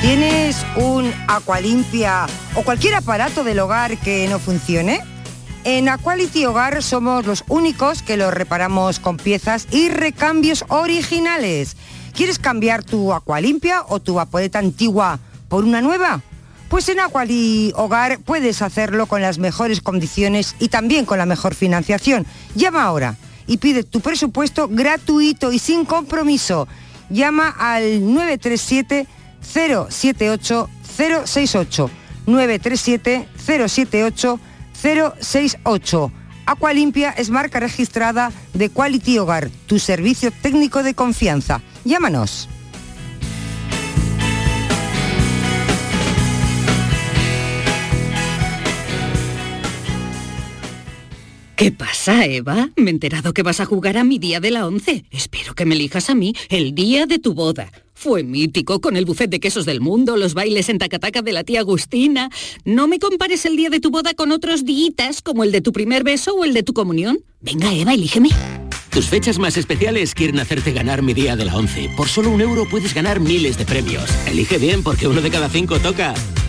¿Tienes un acualimpia o cualquier aparato del hogar que no funcione? En Aquality Hogar somos los únicos que los reparamos con piezas y recambios originales. ¿Quieres cambiar tu acualimpia o tu vaporeta antigua por una nueva? Pues en Aquali Hogar puedes hacerlo con las mejores condiciones y también con la mejor financiación. Llama ahora y pide tu presupuesto gratuito y sin compromiso. Llama al 937 078 068 937 078 068. Aqualimpia es marca registrada de Quality Hogar, tu servicio técnico de confianza. Llámanos. ¿Qué pasa, Eva? Me he enterado que vas a jugar a mi día de la once. Espero que me elijas a mí el día de tu boda. Fue mítico, con el buffet de quesos del mundo, los bailes en tacataca de la tía Agustina. No me compares el día de tu boda con otros días, como el de tu primer beso o el de tu comunión. Venga, Eva, elígeme. Tus fechas más especiales quieren hacerte ganar mi día de la once. Por solo un euro puedes ganar miles de premios. Elige bien porque uno de cada cinco toca.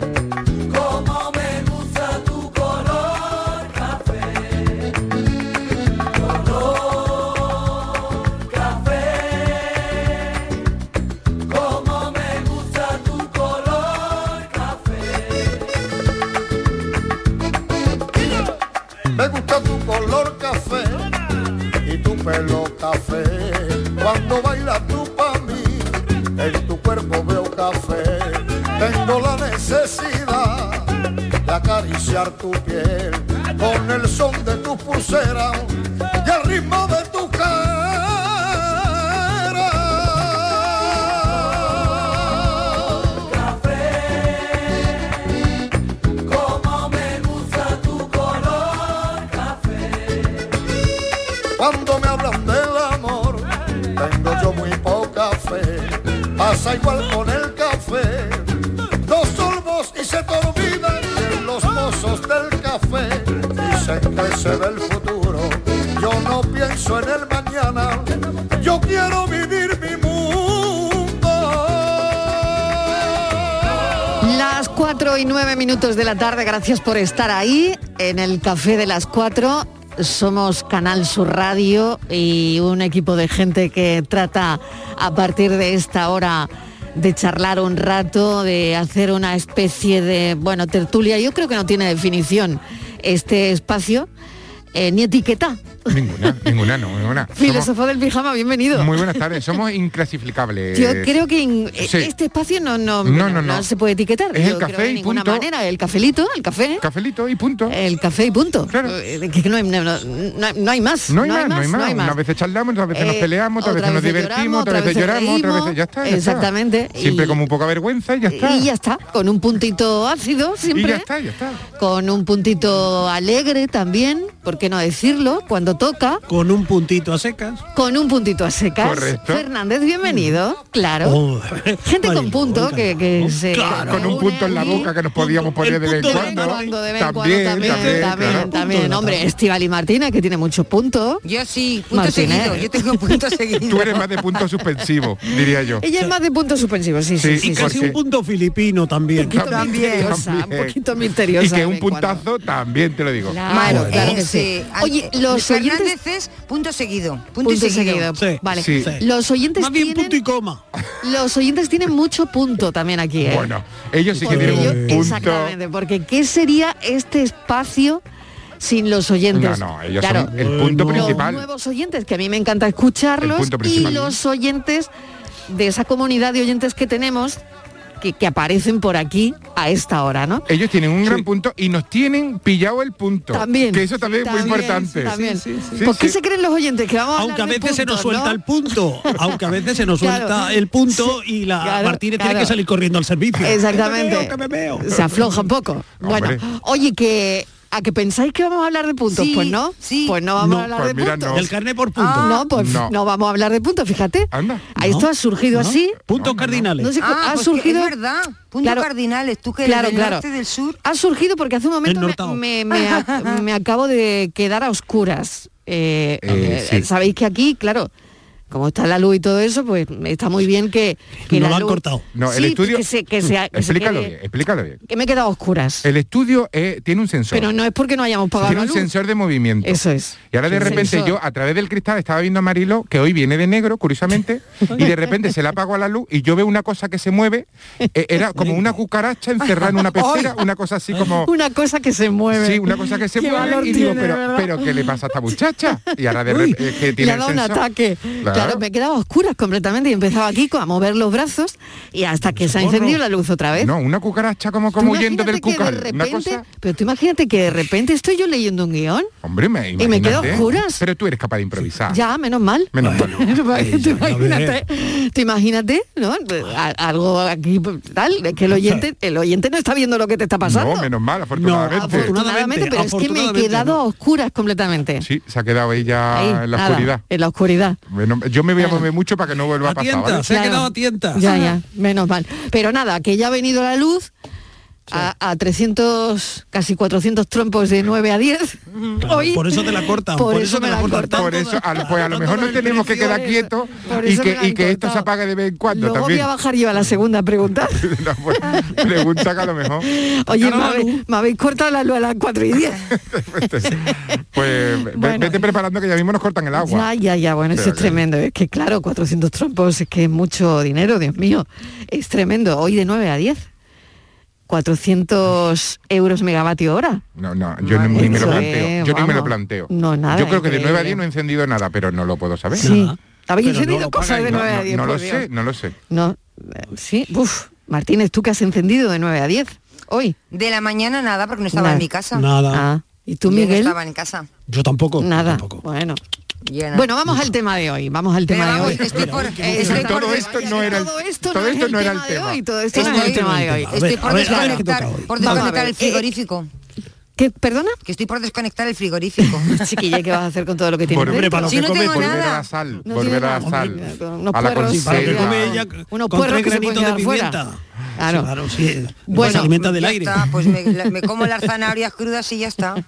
Como me gusta tu color café, color café. Como me gusta tu color café. Me gusta tu color café y tu pelo café. Cuando bailas tú para mí, en tu cuerpo veo café. Tengo la necesidad de acariciar tu piel con el son de tus pulseras y el ritmo de tu cara. Café, como me gusta tu color café. Cuando me hablan del amor, tengo yo muy poca fe. Pasa igual con el café. Dos sorbos y se te olvidan de los pozos del café. Dicen que se ve el futuro. Yo no pienso en el mañana. Yo quiero vivir mi mundo. Las 4 y 9 minutos de la tarde, gracias por estar ahí en el Café de las 4. Somos Canal Sur Radio y un equipo de gente que trata a partir de esta hora de charlar un rato, de hacer una especie de, bueno, tertulia. Yo creo que no tiene definición este espacio, eh, ni etiqueta. Ninguna, ninguna, no, ninguna. Somos- Filósofo del pijama, bienvenido. muy buenas tardes, somos inclasificables. Yo creo que en- Eh, Sí. este espacio no, no, No, bueno, no, no. se puede etiquetar. Es el Yo creo café de y ninguna punto. manera. El cafelito, el café. Cafelito y punto. El café y punto. Eh, que no, hay- no- no- no hay- no hay más. No hay, más, no hay más. no hay más. Unas veces charlamos, otras veces nos Eh, peleamos, otras otra veces nos vez divertimos, lloramos, otras otra veces vez lloramos, otras reímos. veces ya está. ya está. Exactamente. Siempre Y- con un poco de vergüenza y ya está. Y ya está, con un puntito ácido siempre. Y ya está, ya está. Con un puntito alegre también, ¿por qué no decirlo? Cuando toca. Con un puntito a secas. Con un puntito a secas. Correcto. Fernández, bienvenido. Claro. Oh, Gente con punto que, que se. con un punto en la boca que nos podíamos poner de vez en cuando. de vez en cuando También, también, también, también, claro. también. Hombre, Estival y Martina, que tiene muchos puntos. Yo sí, punto Martínez. seguido, yo tengo punto seguido. Tú eres más de punto suspensivo, diría yo. Ella es más de puntos suspensivos, sí, sí, Sí, sí. y sí, casi sí. un punto filipino también. Un poquito misteriosa, un poquito misteriosa Y que de un vez en puntazo también te lo digo. Claro, claro que sí. Ese, al- Oye, los Fernández oyentes- es punto seguido. Punto, Punto y seguido. seguido. Vale. Los oyentes tienen Los oyentes tienen mucho punto también aquí, ¿eh? Bueno, ellos sí que tienen Ello- un punto. Exactamente, porque ¿qué sería este espacio sin los oyentes? No, no, ellos son el punto los principal. nuevos oyentes, que a mí me encanta escucharlos, El punto y principal. los oyentes de esa comunidad de oyentes que tenemos, que, que aparecen por aquí a esta hora, ¿no? Ellos tienen un gran punto y nos tienen pillado el punto. También. Que eso también, es muy También, importante. también. Sí, ¿Por qué sí. se creen los oyentes que vamos a Aunque a hablar de veces se nos puntos, suelta no? el punto, aunque a veces se nos Claro. suelta el punto Sí, y la claro, Martínez claro. tiene que salir corriendo al servicio. Exactamente. Que me veo, que me veo. Se afloja un poco. Bueno, Hombre. oye, que a que pensáis que vamos a hablar de puntos, Sí, pues no, pues no vamos a hablar de puntos. Del carnet por puntos. Ah, no, pues no. vamos a hablar de puntos, fíjate. Ah, Esto No, ha surgido no. así. Puntos cardinales. No sé, cu- Ah, ha pues que surgido. es verdad. Puntos cardinales, tú que eres del norte, del sur. Ha surgido porque hace un momento me, Ennortado. me- me a- me acabo de quedar a oscuras. Eh, Eh, eh, sí. Sabéis que aquí, claro. Como está la luz y todo eso, pues está muy bien que, que No la luz- No, el Sí, estudio. mm, que se- que se- que se explícalo quede- bien, explícalo bien. que me he quedado a oscuras. El estudio eh, tiene un sensor. Pero no es porque no hayamos pagado tiene la un luz. sensor de movimiento. Eso es. Y ahora de Un repente sensor. yo a través del cristal estaba viendo a Marilo, que hoy viene de negro, curiosamente, y de repente se le apagó a la luz y yo veo una cosa que se mueve. eh, era como una cucaracha encerrada en una pecera, una cosa así como. Una cosa que se mueve. Sí, una cosa que se Qué mueve valor y digo, tiene, pero, ¿verdad? pero ¿qué le pasa a esta muchacha? Y ahora de repente que tiene Le ha el dado un sensor. ataque. Claro. Claro. me he quedado a oscuras completamente y empezaba aquí a mover los brazos y hasta que se ha encendido la luz otra vez. No, una cucaracha como, como Tú huyendo del imagínate que de cucal. una repente- cosa. Pero tú imagínate que de repente estoy yo leyendo un guión. Hombre, me Y me quedo a imagínate. oscuras. Pero tú eres capaz de improvisar. Ya, menos mal. Menos mal. Tú imagínate, tú imagínate, ¿no? A- Algo aquí tal, es que el oyente, el oyente no está viendo lo que te está pasando. No, menos mal, afortunadamente. Afortunadamente, pero es que me he quedado a oscuras completamente. Sí, se ha quedado ella Ahí, Ah, en la nada, oscuridad. En la oscuridad. Bueno, yo me voy a mover mucho para ¿eh? que no vuelva a, pasar. ¿vale? Claro. Ya, ya, menos mal. Pero nada, que ya ha venido la luz a, a 300, casi 400 trompos de 9 a 10. Hoy, Por eso te la cortan. Por Por, eso eso te la cortan. Por eso, a, lo- pues a lo mejor nos tenemos que quedar quietos Por y eso me que, la han y que esto se cortado. apague de vez en cuando Luego voy también. a bajar yo a la segunda pregunta. No, pues, pregunta que a lo mejor. Oye, me habéis, me habéis cortado la luz a las 4 y 10. Pues ve- vete preparando que ya mismo nos cortan el agua. Ya, ya, ya, bueno, eso Pero es que- tremendo. Es que claro, 400 trompos, es que es mucho dinero, Dios mío. Es tremendo. Hoy de 9 a 10. 400 euros megavatio hora. No, no, yo ni, ni me lo Eso planteo. es, yo ni me lo vamos. planteo. No, nada, Yo creo que de 9 a 10 increíble. no he encendido nada, pero no lo puedo saber. Sí. Nada. Habéis Pero no encendido lo cosas pagan, de No, 9 a no, 10, No, lo por Dios. sé, no lo sé. No, eh, sí, uf. Martínez, ¿tú que has encendido de 9 a 10 hoy? De la mañana nada, porque no estaba Nada. en mi casa. Nada. Ah, ¿Y tú, Yo no Miguel? estaba en casa. Yo tampoco. Nada. Bueno. Yo no. Bueno, vamos al tema de hoy. Vamos al tema de hoy. Estoy todo esto no era el todo esto no, era el tema. hoy, todo esto Este no es el este tema de hoy. Estoy por desconectar, por Vamos a desconectar ver, el eh, frigorífico. ¿Qué? ¿Perdona? Que estoy por desconectar el frigorífico. Chiquilla, ¿qué vas a hacer con todo lo que tienes Volver dentro? para lo Si que no come, tengo volver nada. a la sal, No volver tiene a la nada, sal, hombre, con unos a la puerros, Para que conserva. come ella Unos con puerros tres que se pueden granitos de quedar fuera. pimienta. Claro. Claro, sí. Bueno, se alimenta del ya aire. está, pues me, la- me como las zanahorias crudas y ya está.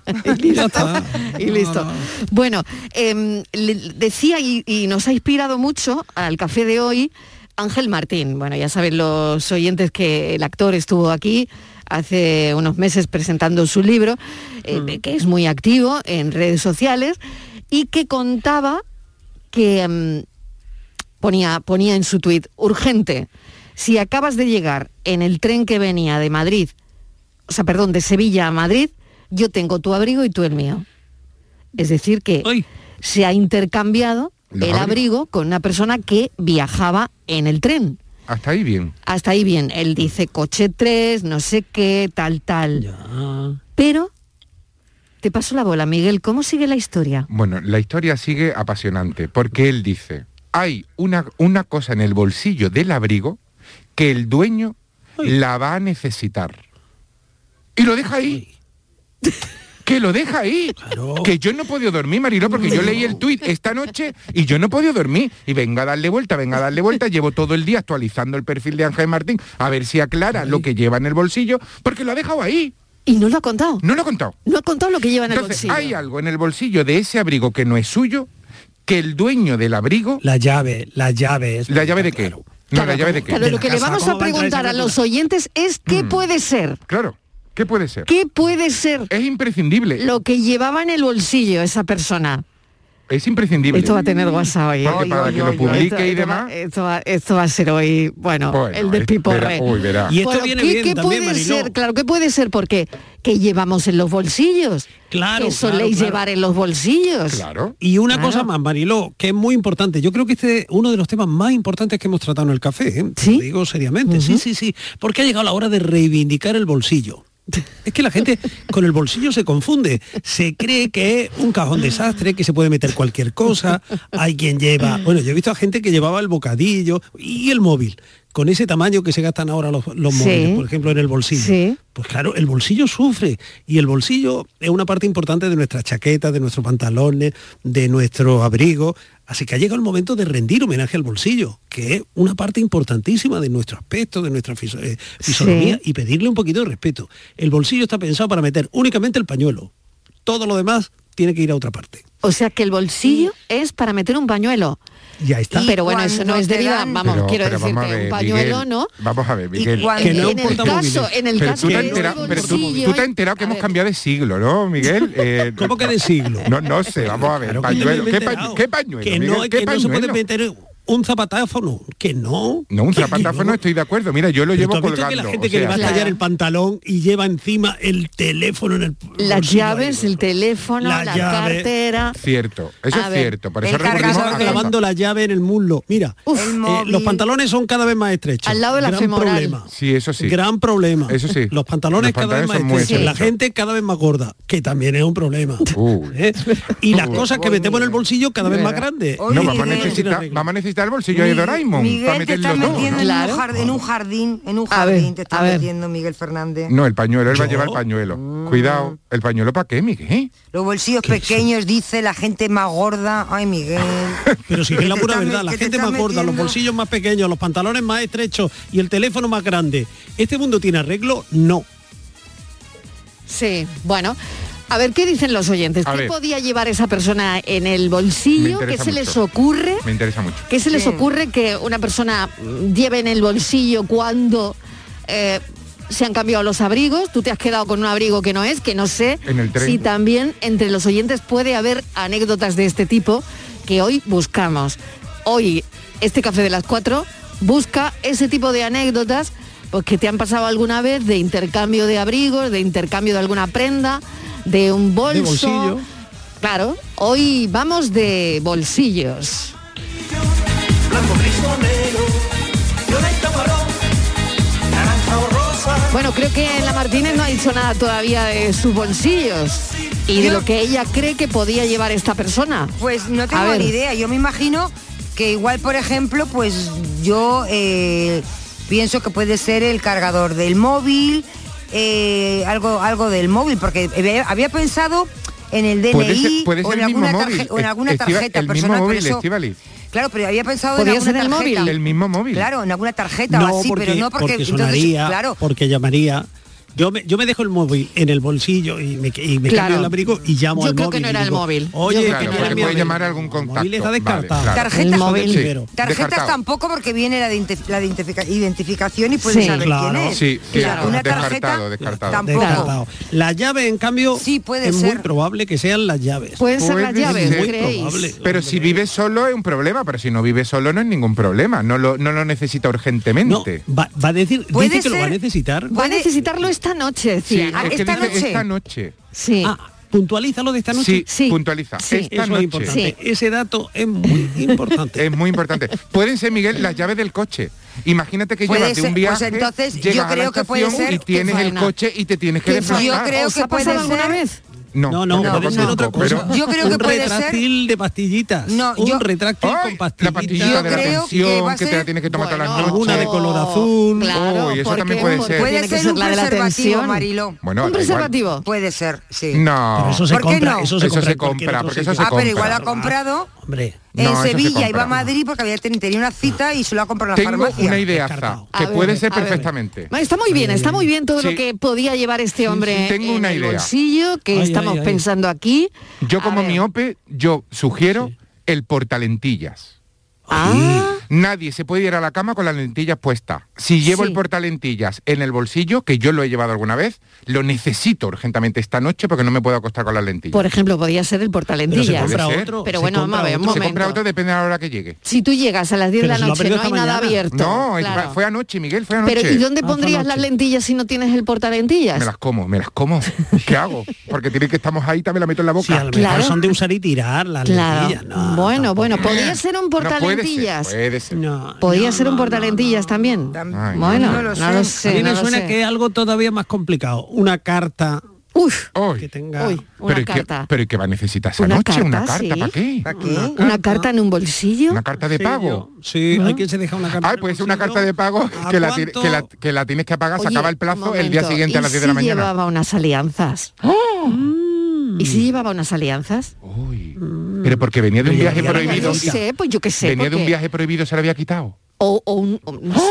y listo. Bueno, em, le- decía y, y nos ha inspirado mucho al café de hoy Ángel Martín. Bueno, ya saben los oyentes que el actor estuvo aquí hace unos meses presentando su libro, eh, que es muy activo en redes sociales y que contaba que em, ponía, ponía en su tuit, urgente, si acabas de llegar en el tren que venía de Madrid, o sea, perdón, de Sevilla a Madrid, yo tengo tu abrigo y tú el mío. Es decir, que se ha intercambiado Los el abrigos. abrigo con una persona que viajaba en el tren. Hasta ahí bien. Hasta ahí bien, él dice coche 3, no sé qué, tal, tal. Pero, te paso la bola, Miguel, ¿cómo sigue la historia? Bueno, la historia sigue apasionante porque él dice, hay una, una cosa en el bolsillo del abrigo que el dueño la va a necesitar. Y lo deja ahí. Que lo deja ahí. Que yo no he podido dormir, Mariló, porque yo leí el tuit esta noche y yo no he podido dormir. Y venga a darle vuelta, venga a darle vuelta. Llevo todo el día actualizando el perfil de Ángel Martín a ver si aclara lo que lleva en el bolsillo, porque lo ha dejado ahí. Y no lo ha contado. No lo ha contado. No ha contado lo que lleva en Entonces, el bolsillo. hay algo en el bolsillo de ese abrigo que no es suyo, que el dueño del abrigo... La llave, la llave. ¿La llave de qué? No, la llave de qué. Claro, lo que le vamos a preguntar a los oyentes es qué puede ser. Mm. Claro, ¿qué puede ser? ¿Qué puede ser? Es imprescindible. Lo que llevaba en el bolsillo esa persona. Es imprescindible. Esto va a tener WhatsApp hoy. ¿eh? Porque para que lo publique Esto- y esto va- demás. Esto va, esto va a ser hoy, bueno, Bueno, el despiporre. espera, uy, verá. Y esto Bueno, viene ¿qué, bien qué también, puede Mariló. ser? Claro, ¿qué puede ser? Porque que llevamos en los bolsillos. Claro, claro, Que soléis claro. llevar en los bolsillos. Y una Claro. cosa más, Mariló, que es muy importante. Yo creo que este es uno de los temas más importantes que hemos tratado en el café. ¿eh? Te lo digo seriamente. Sí, sí, sí. Porque ha llegado la hora de reivindicar el bolsillo. Es que la gente con el bolsillo se confunde. Se cree que es un cajón desastre, que se puede meter cualquier cosa. Hay quien lleva. Bueno, yo he visto a gente que llevaba el bocadillo y el móvil. Con ese tamaño que se gastan ahora los, los Sí. móviles, por ejemplo, en el bolsillo. Pues claro, el bolsillo sufre y el bolsillo es una parte importante de nuestras chaquetas, de nuestros pantalones, de nuestro abrigo. Así que ha llegado el momento de rendir homenaje al bolsillo, que es una parte importantísima de nuestro aspecto, de nuestra fiso- eh, fisonomía, y pedirle un poquito de respeto. El bolsillo está pensado para meter únicamente el pañuelo. Todo lo demás tiene que ir a otra parte. O sea que el bolsillo es para meter un pañuelo. Ya está. Pero bueno, eso no es de vida, vamos, Pero- quiero pero decir vamos a que un ver, pañuelo, Miguel, ¿no? Vamos a ver, Miguel. cuando- Que no en el portamóviles. caso- en el pero caso tú te has que- enterado, pero tú, bolsillo tú te hay- has enterado que hemos cambiado de siglo, ¿no, Miguel? ¿Cómo que de siglo? No, no sé, vamos a ver. Claro que yo pañuelo. me he ¿Qué, pa- enterado. qué pañuelo? Que no, Miguel? ¿Qué que no se puede pañuelo? meter un zapatáfono. Que no. No, un Que zapatáfono no. estoy de acuerdo. Mira, yo lo Pero llevo tú has visto colgando. que la o gente que le sea, va a tallar el pantalón y lleva encima el teléfono en el Las llaves, el teléfono, la, La llave. cartera. Cierto, eso A es ver, cierto. Por el eso recurrimos cargador a- clavando la llave en el muslo. Mira, Uf. eh, El móvil. los pantalones son cada vez más estrechos. Al lado de la Gran femoral. Problema. Sí, eso sí. Gran problema. Eso sí. Los pantalones, Los pantalones cada vez son más muy estrechos. La estrechos. gente cada vez más gorda, que también es un problema. Uy. ¿Eh? Y las Uy. cosas que metemos en el bolsillo cada vez más grandes. No, vamos a, necesitar, vamos a necesitar el bolsillo de Doraemon para Miguel, te meterlo estás todo. ¿no? metiendo en, un jardín, en un jardín, en un ver, jardín te estás a ver. metiendo, Miguel Fernández. No, el pañuelo, él va a llevar el pañuelo. Cuidado, ¿el pañuelo para qué, Miguel? Los bolsillos pequeños, dice la gente más gorda. Ay, Miguel. Pero sí que es la Que te pura estás verdad, met- la que te gente estás más gorda, los metiendo. bolsillos más pequeños, los pantalones más estrechos y el teléfono más grande. ¿Este mundo tiene arreglo? No. Sí, bueno. A ver, ¿qué dicen los oyentes? A ¿Qué ver. podía llevar esa persona en el Me bolsillo? ¿Qué interesa se mucho. les ocurre? Me interesa mucho. ¿Qué se les ocurre que una persona mm, lleve en el bolsillo cuando eh, se han cambiado los abrigos? Tú te has quedado con un abrigo que no es, que no sé En el tren. si también entre los oyentes puede haber anécdotas de este tipo que hoy buscamos. Hoy, este café de las cuatro busca ese tipo de anécdotas pues, que te han pasado alguna vez de intercambio de abrigos, de intercambio de alguna prenda, de un bolso. bolsillo. Claro, hoy vamos de bolsillos. Blanco, gris o negro, violeta o marrón, naranja o rosa. Bueno, creo que la Martínez no ha dicho nada todavía de sus bolsillos y de lo que ella cree que podía llevar esta persona. Pues no A tengo ver. ni idea. Yo me imagino que igual, por ejemplo, pues yo eh, pienso que puede ser el cargador del móvil, eh, algo, algo del móvil, porque había, había pensado en el DNI Puede ser, puede o, ser en el mismo alguna tarje- móvil. o en alguna Estiva- tarjeta el mismo personal. pero móvil, eso- Estíbaliz. claro, pero había pensado Podía en alguna ser el móvil. tarjeta. El mismo móvil. Claro, en alguna tarjeta o así, pero no porque, entonces, sonaría, claro, porque llamaría. Yo me, yo me dejo el móvil en el bolsillo y me, y me Claro. cambio el abrigo y llamo Yo al móvil. creo que no y era el digo, móvil. Oye, Yo- que Claro, no porque era mi puede abrigo". llamar a algún contacto. móvil está Vale, descartado. claro. El Tarjetas, móvil. Sí, tarjetas descartado. tampoco porque viene la, identi- la identifica- identificación y puedes saber quién es. Sí, Claro, cierto, una tarjeta descartado, descartado. tampoco. Descartado. La llave, en cambio, es muy ser. probable que sean las llaves. Pueden ser las Puede llaves, ser. ¿creéis? Pero si vive solo es un problema, pero si no vive solo no es ningún problema, no lo, no lo necesita urgentemente. Va, va a decir, Puede dice que lo va a ser- necesitar. Va a necesitarlo esta noche, decía. ah, Sí, es que dice esta noche. Ah, Sí. puntualiza lo de esta Sí, noche. puntualiza. Esta Eso noche. es importante. Ese dato es muy importante. es muy importante. Pueden ser, Miguel, las llaves del coche. Imagínate que Puede llevas de ser, un viaje, pues entonces yo llegas a la creo que puede estación ser y que tienes el faena. coche y te tienes que Que desplazar. Yo creo que puede ser. No, no, no, no, puede ser no, otra tampoco, cosa. pero- Yo creo un que puede ser- retráctil de pastillitas. No, un yo- retráctil ¡Ay! con La pastillitas. pastillita Yo de la creo que tensión va a que te la ser- tienes que tomar todas las noches. Alguna de color azul. Claro, Oh, y eso porque- también puede porque ser. Puede Tiene que ser, ser un la de la preservativo, tensión. Mariló. Bueno, ¿Un da igual. Puede ser, sí. No. Pero eso se ¿Por qué compra, no? eso se Eso compra se en cualquier compra, otro porque eso sitio. se Ah, pero igual compra. ha comprado Hombre. en No, eso se Sevilla, iba compra. a Madrid porque había ten- tenía una cita y se lo ha comprado en la Tengo farmacia. una idea A que ver, puede ser a ver. perfectamente. Ma, Está muy bien, está muy bien todo Sí. lo que podía llevar este hombre tengo en una el idea. bolsillo que Ay, estamos ay, ay. pensando aquí. Yo como miope, yo sugiero el portalentillas. Ah. Nadie se puede ir a la cama con las lentillas puestas. Si llevo el portalentillas en el bolsillo, que yo lo he llevado alguna vez, lo necesito urgentemente esta noche porque no me puedo acostar con las lentillas. Por ejemplo, podía ser el portalentillas. Puede ser. Pero bueno, vamos a ver, un Se compra momento. otro depende de la hora que llegue. Si tú llegas a las 10 de la noche, no hay nada abierto. No, es- claro. fue anoche, Miguel, fue anoche. Pero ¿y Ah, dónde pondrías las lentillas si no tienes el portalentillas? Me las como, me las como. ¿Qué hago? Porque tiene que estamos ahí, también la meto en la boca. Sí, a lo mejor Claro. son de usar y tirar las Claro. bueno, bueno, podría ser un No puede ser, portalentillas. puede ser. Podía ser un portalentillas también. bueno, no lo sé. a mí me no lo suena sé. que es algo todavía más complicado. Una carta Uf, que tenga... Uy, una pero, ¿y qué- carta. pero ¿y qué va a necesitar esa Una noche? ¿Una carta, carta? sí. ¿Para qué? Una, carta en un bolsillo. ¿Una carta de pago? Sí, hay que se deja una carta. Ay, puede ser una carta de pago que la, ti- que, la, que la tienes que pagar, se Oye, acaba el plazo un el día momento, siguiente a las ¿y 10 de la si mañana. ¡Oh! llevaba unas alianzas. Mm. ¿Y si llevaba unas alianzas? Pero porque venía de un viaje prohibido. Yo sé, pues yo qué sé. venía de un porque- viaje prohibido, se lo había quitado. O, o un... o- no sé.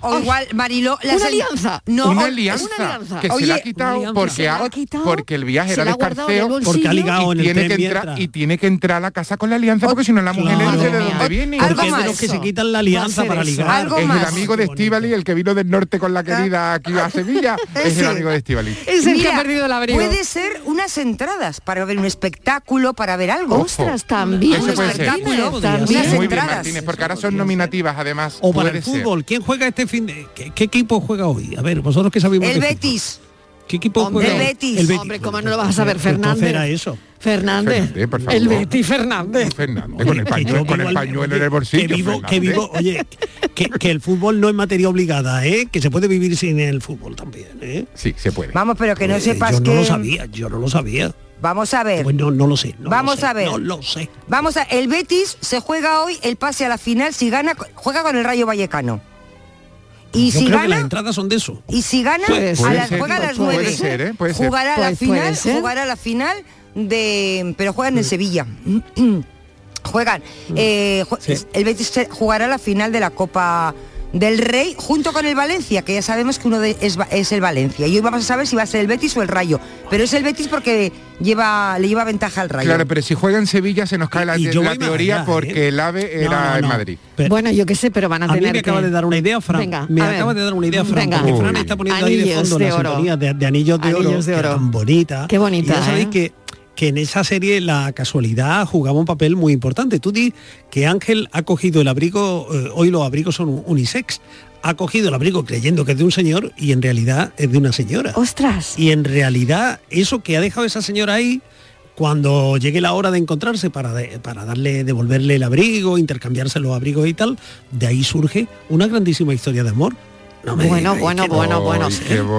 O igual, Mariló, las Una ali- alianza. No, una, o- alianza, una alianza. que Oye, se la ha una alianza. quitado Se porque, la ha- ha quitado, porque el viaje se era la de ha guardado en el escarceo bolsillo. Porque ha ligado en y, el tiene que tren entrar, mientras. y tiene que entrar a la casa con la alianza porque si no la mujer no dice de dónde viene. Porque es de los que se quitan la alianza para ligar. es el amigo de Estivali, el que vino del norte con la querida aquí a Sevilla. es Ese. el amigo este. de Estivali. Mira, abrigo. Puede ser unas entradas para ver un espectáculo, para ver algo. Ostras, también. Eso Un puede ser. espectáculo, unas Muy bien, entradas. Martínez, porque ahora son nominativas además. O para puede el ser. fútbol. ¿Quién juega este fin de...? ¿Qué, qué equipo juega hoy? A ver, vosotros que sabéis El Betis. ¿Qué equipo Hombre, juega hoy? Hombre, ¿cómo no lo vas a saber, Pues entonces Fernández? era eso. Fernández. Fernández, por favor. El Betty Fernández. Fernández, con el pañuelo, con el pañuelo en el bolsillo. Que vivo, que Fernández. vivo, oye, que, que el fútbol no es materia obligada, ¿eh? Que se puede vivir sin el fútbol también, ¿eh? Sí, se puede. Vamos, pero que no sepas yo que- no lo sabía, yo no lo sabía. Vamos a ver. Bueno, no lo sé. no lo Vamos sé, a ver. No lo sé. Vamos a el Betis se juega hoy el pase a la final si gana juega con el Rayo Vallecano. Y Yo si creo que las gana entradas son de eso. y si gana Puede a ser. las- juega a Puede las ser, nueve. puede ser, ¿eh? Puede ser. jugará la Pues, final, puede ser. jugará la final de pero Mm. juegan en Sevilla. juegan eh, ju- Sí. el Betis se- jugará la final de la Copa del Rey junto con el Valencia, que ya sabemos que uno de, es, va- es el Valencia. Y hoy vamos a saber si va a ser el Betis o el Rayo, pero es el Betis porque lleva le lleva ventaja al Rayo. Claro, pero si juega en Sevilla se nos cae la, Y yo la voy más teoría allá, porque el AVE era no, no. en Madrid. Bueno, yo qué sé, pero van a, A mí tener me acaba que- de dar una idea, Fran. Venga, me a ver. acaba de dar una idea, Fran. Venga. Porque Fran Uy. está poniendo ahí de Anillos fondo de la oro. sintonía de, de anillos de oro. Anillos de que oro. Tan bonita. Qué bonita, Y ya sabéis ¿eh? que, que en esa serie la casualidad jugaba un papel muy importante. Tú di que Ángel ha cogido el abrigo, eh, hoy los abrigos son unisex. Ha cogido el abrigo creyendo que es de un señor y en realidad es de una señora. ¡Ostras! Y en realidad eso que ha dejado esa señora ahí cuando llegue la hora de encontrarse para, de- para darle, devolverle el abrigo, intercambiarse los abrigos y tal, de ahí surge una grandísima historia de amor. No me Bueno, digáis bueno, que no. bueno, bueno.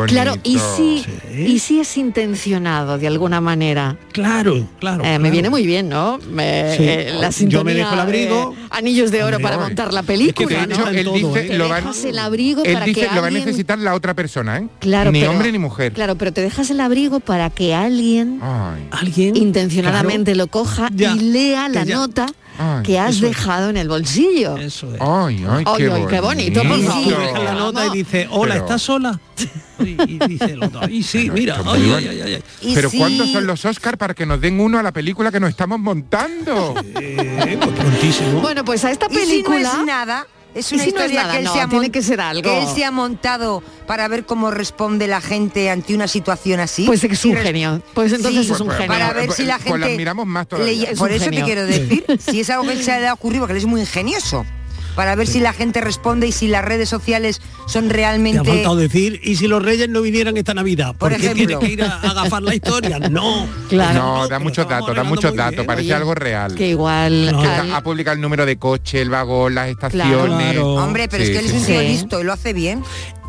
Claro, y si, y si es intencionado de alguna manera. Claro, claro. Eh, Me viene muy bien, ¿no? Me- Sí. eh, la Yo me sintonía dejo el abrigo. de anillos de oro para montar la película. de hecho, ¿no? él dice, ¿eh? Te lo va, dejas el abrigo él para dice que lo va a alguien- necesitar la otra persona, ¿eh? Claro, ni pero- hombre ni mujer. Claro, pero te dejas el abrigo para que alguien Ay. intencionadamente lo coja Ya, y lea la que ya. nota Ay, que has eso es. dejado en el bolsillo. Eso es. Ay, ay, Ay, qué, ay, qué bonito, por bonito. favor. Deja la nota y dice, hola, Pero- ¿estás sola? Y, y dice el otro, y sí, mira, Esto es ay, muy ay, bueno. ay, ay. Pero ¿cuándo son los Oscar para que nos den uno a la película que nos estamos montando? Eh, pues prontísimo. Bueno, pues a esta ¿Y si no película... es nada? Es ¿Y una si no es historia nada? que, él No, se ha tiene mon- que ser algo. que él se ha montado para ver cómo responde la gente ante una situación así. Pues es un Si re- genio. Pues entonces es un para genio. Para ver si la gente... Pues las eh, miramos más le- todavía. por eso te quiero decir, si es algo que él se le ha ocurrido, que él es muy ingenioso. para ver si la gente responde y si las redes sociales son Te ha realmente... faltado decir, ¿y si los reyes no vinieran esta Navidad? ¿Por, qué ejemplo. tienes que ir a agafar la historia? No. No, da muchos datos, da muchos datos, parece Oye, algo real. que igual Que al- ha- ha publicado el número de coche, el vagón, las estaciones. Claro. Hombre, pero Sí, es que él es sí, un sí. tío listo y lo hace bien.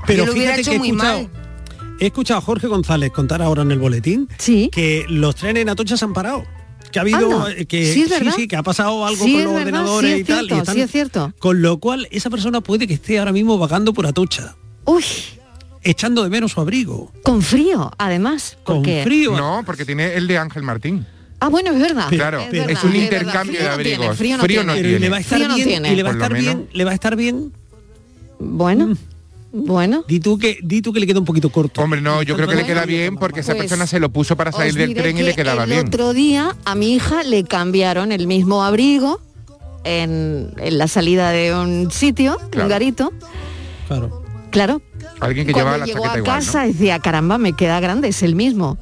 Pero Yo lo hubiera fíjate hecho que he muy escuchado- mal. He escuchado a Jorge González contar ahora en el boletín que los trenes en Atocha se han parado. Que ha habido Anda, eh, que sí es verdad. sí, que ha pasado algo Sí con es los verdad, ordenadores sí y es tal. y cierto, están- sí es cierto. Con lo cual, esa persona puede que esté ahora mismo vagando por Atocha. Uy. Echando de menos su abrigo. Con frío, además. porque- No, porque tiene el de Ángel Martín. Ah, bueno, es verdad. Claro, es, es, verdad, un es verdad. intercambio Frío de no tiene, abrigos. frío no tiene. Pero y le va a estar Frío no bien, tiene. y le va a Por lo estar bien, le va a estar bien. Mm. Bueno, bueno. Di tú que, di tú que le queda un poquito corto. Hombre, no, yo creo que le Bueno, queda bien porque esa pues, persona se lo puso para Os salir del diré tren y le que quedaba el bien. otro día a mi hija le cambiaron el mismo abrigo en, en la salida de un sitio, Claro. un garito. Claro. Claro. Alguien que Cuando llevaba la llegó chaqueta a igual. casa decía, caramba, me queda grande, es el mismo.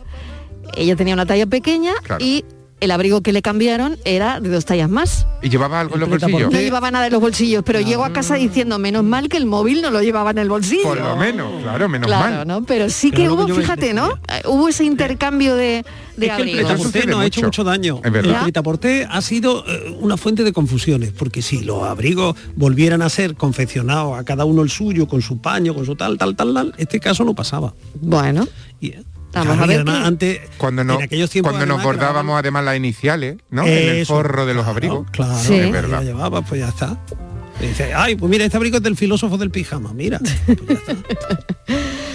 Ella tenía una talla pequeña Claro. y el abrigo que le cambiaron era de dos tallas más. ¿no? Y llevaba algo en los bolsillos. No llevaba nada en los bolsillos, pero llegó a Ah. casa diciendo, menos mal que el móvil no lo llevaba en el bolsillo. Por lo menos, claro, Pues menos claro, mal. ¿no? Pero sí Pero que lo que hubo, yo veía- fíjate, ¿no? Eh, Hubo ese intercambio de, de Es que el abrigos. pretaporté nos ha hecho mucho daño. Es verdad. El pretaporté ha sido eh, una fuente de confusiones, porque si los abrigos volvieran a ser confeccionados a cada uno el suyo, con su paño, con su tal, tal, tal, tal, este caso no pasaba. eh, Bueno. Vamos a ver además, antes, cuando no, en aquellos tiempos, cuando nos además, bordábamos además las iniciales, ¿no? en el Eso, forro de los abrigos. Claro, Sí. es verdad. lo llevaba, pues ya está. Y dice, ay, pues mira, este abrigo es del filósofo del pijama, mira.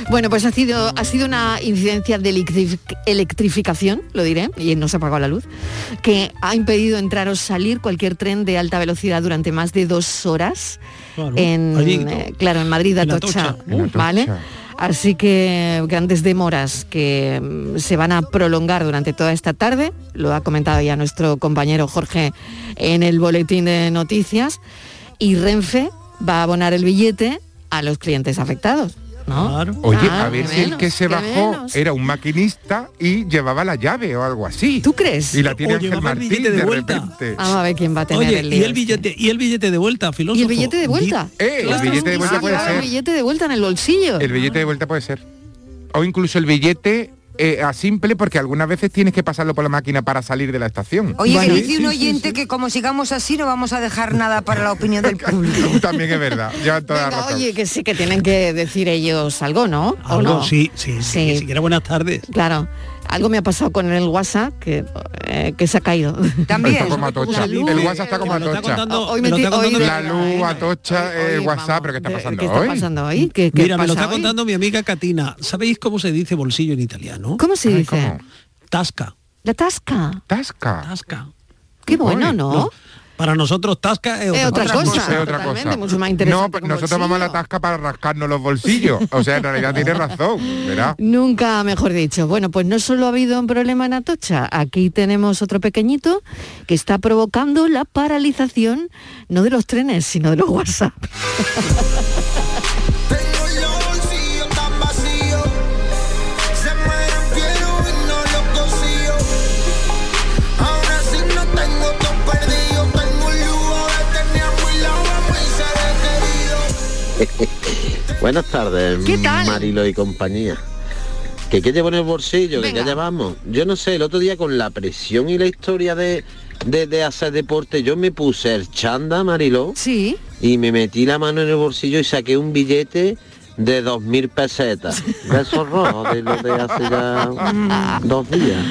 Bueno, pues ha sido, ha sido una incidencia de electrif- electrificación, lo diré, y no se ha apagado la luz, que ha impedido entrar o salir cualquier tren de alta velocidad durante más de dos horas. Claro, en, allí, eh, ¿no? claro, en Madrid, En Atocha, Atocha. En Atocha. ¿vale? Así que grandes demoras que mm, se van a prolongar durante toda esta tarde, lo ha comentado ya nuestro compañero Jorge en el boletín de noticias, y Renfe va a abonar el billete a los clientes afectados. Oye, Ah, a ver qué si el menos, que se qué bajó menos. era un maquinista y llevaba la llave o algo así. ¿Tú crees? Y la tiene O Ángel llevaba el Martín billete de, de vuelta. repente. Vamos a ver quién va a tener Oye, el y lío. el billete, y el billete de vuelta, filósofo. ¿Y el billete de vuelta? Di- Eh, el billete de vuelta puede El ser. billete de vuelta en el bolsillo. El billete de vuelta puede ser. O incluso el billete eh, a simple, porque algunas veces tienes que pasarlo por la máquina para salir de la estación. Oye, que dice un oyente que como sigamos así no vamos a dejar nada para la opinión del público. También es verdad. Lleva toda la Venga, razón. oye, que sí que tienen que decir ellos algo, ¿no? ¿O Algo, no? sí, sí, sí, Sí. ni siquiera buenas tardes. Claro. Algo me ha pasado con el WhatsApp que, eh, que se ha caído. Está como atocha. El WhatsApp está como atocha. Hoy me estoy- hoy de- la ¿eh? luz, atocha, el WhatsApp, pero ¿qué está pasando ¿qué está hoy? pasando hoy? ¿Qué- qué Mira, me lo pasa está hoy? contando mi amiga Katina. ¿Sabéis cómo se dice bolsillo en italiano? ¿Cómo se dice? Tasca. La tasca. Tasca. Tasca. Pues Qué bueno, ¿no? Para nosotros tasca es otra, Es otra cosa, Es otra totalmente, cosa. mucho más no, interesante pues que un nosotros vamos a la tasca para rascarnos los bolsillos. O sea, en realidad tiene razón, ¿verdad? Nunca mejor dicho. Bueno, pues no solo ha habido un problema en Atocha, aquí tenemos otro pequeñito que está provocando la paralización, no de los trenes, sino de los WhatsApp. bolsillo tan vacío Se me rompieron y no lo consigo Ahora sí no tengo todo perdido Tengo un lujo que tenía muy lado a mis seres queridos Buenas tardes, ¿Qué tal? Marilo y compañía. ¿Que qué llevo en el bolsillo? ¿Que qué llevamos? Yo no sé, el otro día con la presión y la historia de, de, de hacer deporte, yo me puse el chanda, Marilo, sí. y me metí la mano en el bolsillo y saqué un billete de dos mil pesetas. De esos rojos, de lo de hace Ah. ya dos días.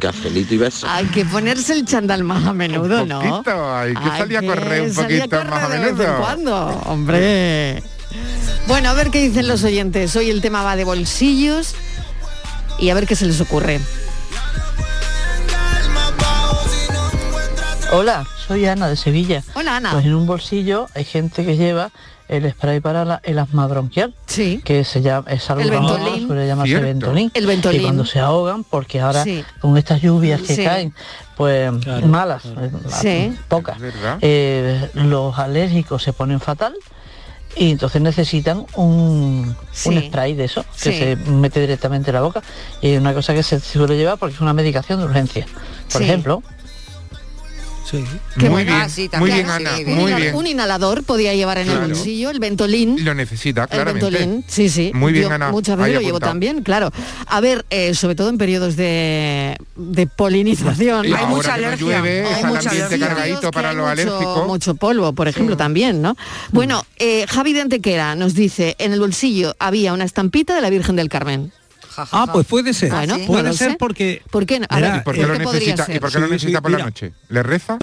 Cafelito y beso. Hay que ponerse el chandal más a menudo, ¿no? Poquito, hay que salir a correr un salir a poquito correr más a de vez en menudo. cuando, hombre. Bueno, a ver qué dicen los oyentes. Hoy el tema va de bolsillos y a ver qué se les ocurre. Hola, soy Ana de Sevilla. Hola, Ana. Pues en un bolsillo hay gente que lleva el spray para la, el asma bronquial, sí. que se llama, es algo El que ahora Ventolin. suele llamarse Cierto. Ventolin. El Ventolin. Que cuando se ahogan, porque ahora Sí. con estas lluvias que Sí. caen, pues malas, eh, Sí. pocas, eh, los alérgicos se ponen fatal y entonces necesitan un, un Sí. spray de eso que Sí. se mete directamente en la boca y es una cosa que se suele llevar porque es una medicación de urgencia por Sí. ejemplo Sí. Qué muy bueno. bien, Ah, sí, muy también. bien, Claro, Ana, sí. un, muy inhala- bien. un inhalador podía llevar en el Claro. bolsillo, el ventolín. Lo necesita, El Ah, claramente. ventolín, sí, sí. Muy bien, Yo Ana. Muchas ahí veces lo llevo apuntado. también, claro. A ver, eh, sobre todo en periodos de, de polinización. Y ahora que no llueve, está el ambiente cargadito para los Mucho, alérgicos. mucho polvo, por ejemplo, también, Mm. ¿no? Bueno, eh, Javi de Antequera nos dice, en el bolsillo había una estampita de la Virgen del Carmen. Ah, pues puede ser. Bueno, puede no lo ser sé. porque. ¿Por qué no? A ver, ¿Y por qué lo podría necesita, ser? ¿y por qué lo Sí, necesita sí, por la mira. noche? ¿Le reza?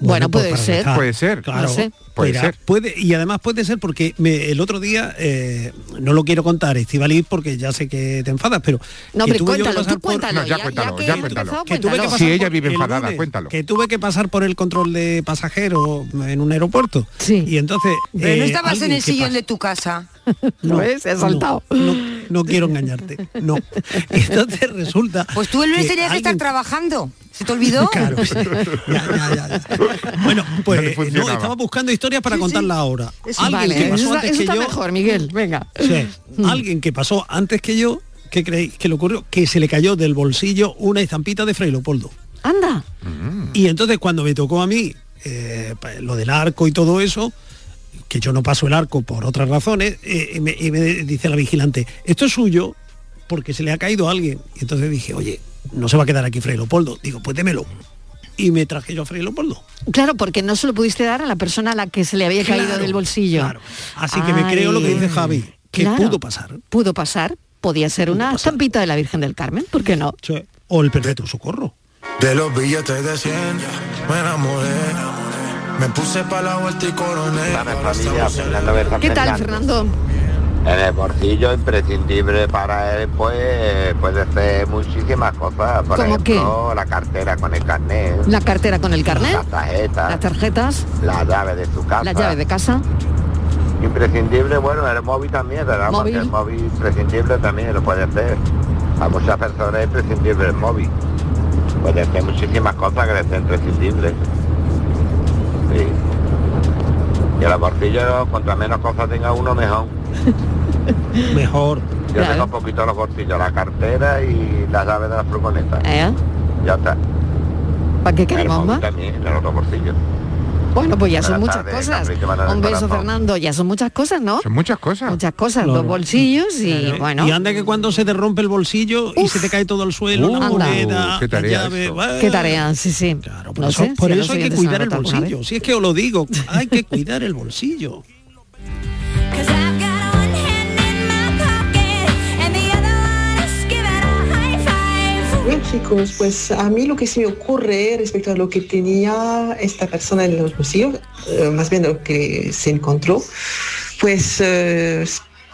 Bueno, pues puede para ser. rezar. Puede ser. Claro, No sé. Puede Mira, ser. puede- y además puede ser porque me- el otro día, eh, no lo quiero contar, Estivaliz, porque ya sé que te enfadas, pero... No, que hombre, tuve yo que cuéntalo, pasar tú cuéntalo, No, ya ya- cuéntalo, ya ya que cuéntalo. empezado, Que tuve que cuéntalo. pasar Si por ella vive el enfadada, lunes, cuéntalo. Que tuve que pasar por el control de pasajeros en un aeropuerto. Sí. Y entonces... Pero no eh, estabas en alguien el que sillón de tu casa. No, no, No, no quiero engañarte, no. Entonces resulta... Pues tú el lunes que tenías que estar alguien- trabajando. ¿Se te olvidó? Claro, sí. Ya, ya, ya, ya. Bueno, pues no, funcionaba. estaba buscando historias para contarlas ahora. Eso- Alguien vale, ¿eh? ¿eh? que pasó eso, está- antes eso que está yo, Mm. mejor, Miguel, venga. Sí. alguien que pasó antes que yo, ¿qué creéis que le ocurrió? Que se le cayó del bolsillo una estampita de Fray Leopoldo. Anda. Y entonces cuando me tocó a mí eh, pa- lo del arco y todo eso, que yo no paso el arco por otras razones, eh, y, me, y me dice la vigilante, esto es suyo porque se le ha caído a alguien. Y entonces dije, oye, no se va a quedar aquí Fray Leopoldo. Digo, pues démelo. Y me traje yo a Fray Leopoldo. Claro, porque no se lo pudiste dar a la persona a la que se le había caído Claro, del bolsillo. Así que me creo lo que dice Javi, que Claro. pudo pasar. Pudo pasar, podía ser una estampita de la Virgen del Carmen, ¿por qué no? O el perpetuo socorro. De los billetes de 100 me enamoré. Me puse para la vuelta y coroné. familia, Fernando Berza ¿Qué tal, Fernández. Fernando? En el bolsillo imprescindible para él, pues puede hacer muchísimas cosas. Por ¿Cómo ejemplo, la cartera con el carnet, La cartera con el carnet, las tarjetas, las tarjetas, la llave de su casa. la llave de casa. Imprescindible, bueno, el móvil también, ¿verdad? Porque Móvil. el móvil imprescindible también lo puede hacer. A muchas personas es imprescindible el móvil. Puede hacer muchísimas cosas que le son imprescindibles. Sí. Y el bolsillo, cuanto menos cosas tenga uno, mejor. Mejor. Yo tengo poquito los bolsillos, la cartera y las llaves de la furgoneta. ¿Eh? Ya está. ¿Para qué El queremos móvil más? también, en los otros bolsillos. Bueno, pues ya son Buenas muchas tardes, cosas. Capricho, Manuel Un beso, Corazón. Fernando. Ya son muchas cosas, ¿no? Son muchas cosas. Muchas cosas, los bolsillos y bueno. Y anda que cuando se te rompe el bolsillo y se te cae todo al suelo, la Anda. moneda, Uh, qué la tarea llave, eso. va- Qué tarea, sí, sí. Por eso, por eso hay que cuidar el bolsillo. Si es que os lo digo, hay que cuidar el bolsillo. Bueno chicos, pues a mí lo que se me ocurre respecto a lo que tenía esta persona en los bolsillos, eh, más bien lo que se encontró, pues eh,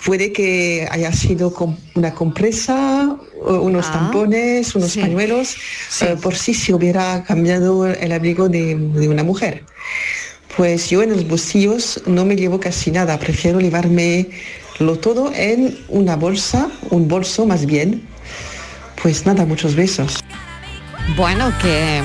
puede que haya sido com- una compresa, eh, unos tampones, unos pañuelos, eh, por si se hubiera cambiado el abrigo de, de una mujer. Pues yo en los bolsillos no me llevo casi nada, prefiero llevarme lo todo en una bolsa, un bolso más bien. Pues nada, muchos besos. Bueno, que,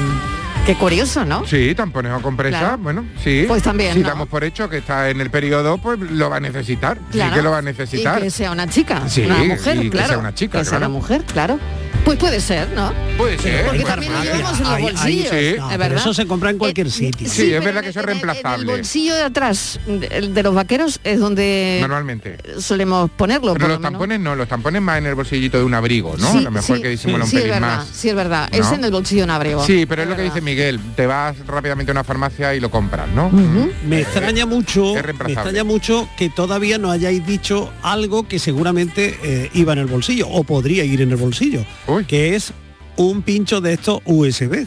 que curioso, ¿no? Sí, tampones o compresa, Claro. bueno, sí. Pues también, Si ¿no? damos por hecho que está en el periodo, pues lo va a necesitar. Sí que lo va a necesitar. Y que sea una chica, Sí, una y mujer, que claro. sea una chica, Que sea una claro. mujer, claro. Pues puede ser, ¿no? Puede ser. Porque Pues Bueno, también lo mira, llevamos en los ahí- ahí- bolsillos, sí. es Ah, pero eh, verdad. Eso se compra en cualquier sitio. Sí, es verdad que eso es El reemplazable. bolsillo de atrás de, de los vaqueros es donde Normalmente. solemos Pero ponerlo. por lo los menos. tampones no, los tampones más en el bolsillito de un abrigo, ¿no? Sí, a lo mejor sí, que disimula un sí, es pelín verdad, más. Sí, es verdad. Es ¿No? en el bolsillo de un abrigo. Sí, pero es lo que dice Miguel, te vas rápidamente a una farmacia y lo compras, ¿no? Mm. Me extraña mucho, me reemplazable. extraña mucho que todavía no hayáis dicho algo que seguramente eh, iba en el bolsillo o podría ir en el bolsillo, que es un pincho de estos USB.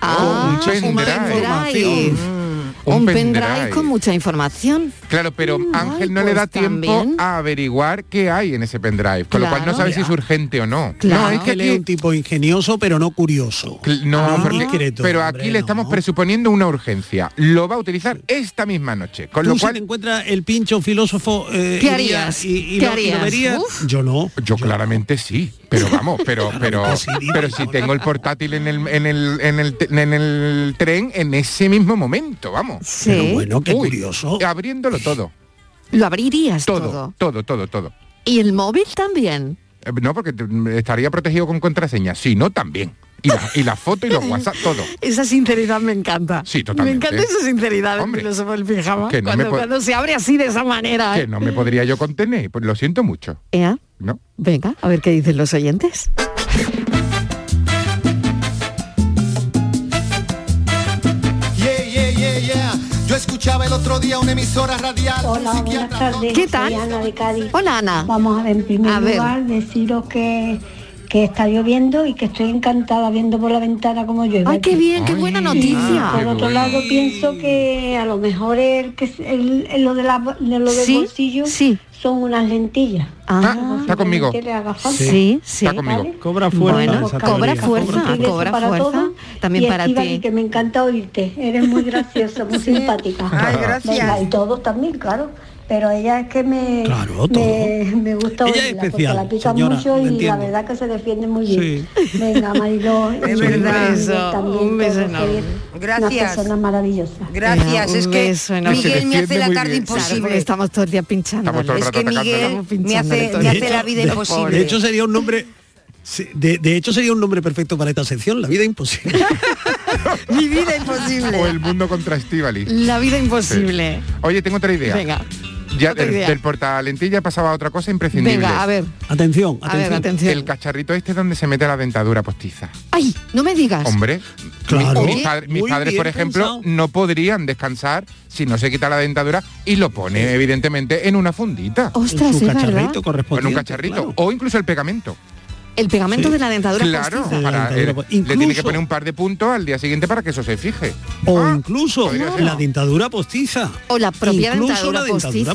Ah, Un un pendrive. pendrive. Un Un pendrive pendrive. con mucha información. Claro, pero Ángel no le pues da tiempo también. a averiguar qué hay en ese pendrive, con lo cual no Claro. sabe si es urgente o no. Mm, No, No, es que Ángel es aquí, un tipo ingenioso pero no curioso. no, Ah, porque- discreto, pero aquí le estamos presuponiendo una urgencia. Lo va a utilizar esta misma noche, con Tú lo si cual te encuentras el pincho filósofo eh, ¿Qué iría harías? y, y lo- y ¿Qué lo harías? verías, Uf. yo no. Yo, claramente sí, pero vamos, pero pero pero si tengo el portátil en el en el en el, te- en el tren en ese mismo momento, vamos. Sí. Pero bueno, qué curioso. Abriéndolo todo, Lo abrirías todo. todo, todo, todo. Y el móvil también. mm, Eh, No, porque te- estaría protegido con contraseña, si no también. Y la, y la foto y los WhatsApp, todo. Esa sinceridad me encanta. Sí, totalmente. Me encanta esa sinceridad del filósofo del pijama. que no me cuando, puedo- cuando se abre así de esa manera. ¿eh? Que no me podría yo contener, pues lo siento mucho. Ea, ¿No? Venga, a ver qué dicen los oyentes. Yeah, yeah, yeah, yeah. Yo escuchaba el otro día una emisora radial. Hola, buenas tardes. ¿Qué tal? Soy Ana de Cádiz. Hola, Ana. Vamos a ver, en primer A ver. lugar, deciros que, que está lloviendo y que estoy encantada viendo por la ventana cómo llueve. Ay, qué bien, qué buena Y noticia. por otro lado, pienso que a lo mejor el, que es- el- el- lo, de la, de lo del Sí, bolsillo son unas lentillas. Ah, está conmigo. Que le haga falta. Sí, sí. Está conmigo. Cobra Bueno, cobra fuerza, cobra para fuerza. todo. También Y para Estíbaliz, ti. que me encanta oírte. Eres muy graciosa, muy simpática. Ay, gracias. Venga, y todos también, claro. Pero ella es que me, Claro, todo. me, me gusta Ella es oírla, especial, porque la pica señora, mucho lo y la entiendo. verdad que se defiende muy bien. Venga, Mariló. Es verdad. Eso, un beso enorme. Una Gracias. persona maravillosa. Gracias, es que Miguel me hace la tarde Claro, imposible. porque estamos todo el día pinchando. Estamos todo el Es rato que atacándola. Miguel me hace- me De hace hecho- la vida de- imposible. De hecho sería un nombre sí, de, de hecho sería un nombre perfecto para esta sección, la vida imposible. Mi vida imposible. O el mundo contra Estivali. La vida imposible. Oye, tengo otra idea. Venga. Ya otra del, idea. del portalentilla pasaba a otra cosa imprescindible. Venga, a ver. Atención, A ver, atención. atención. El cacharrito este es donde se mete la dentadura postiza. Ay, no me digas. Hombre, Claro. mis, mis padres- mis Muy padres, bien por ejemplo, pensado. no podrían descansar si no se quita la dentadura y lo pone, evidentemente, en una fundita. Ostras, En su es verdad. cacharrito correspondiente. En un cacharrito. O incluso el pegamento. El pegamento Sí. de la dentadura Claro, postiza. para- eh, le tiene que Incluso- poner un par de puntos al día siguiente para que eso se fije. Ah, O incluso la dentadura postiza. Ah. O la propia incluso dentadura la dentadura postiza.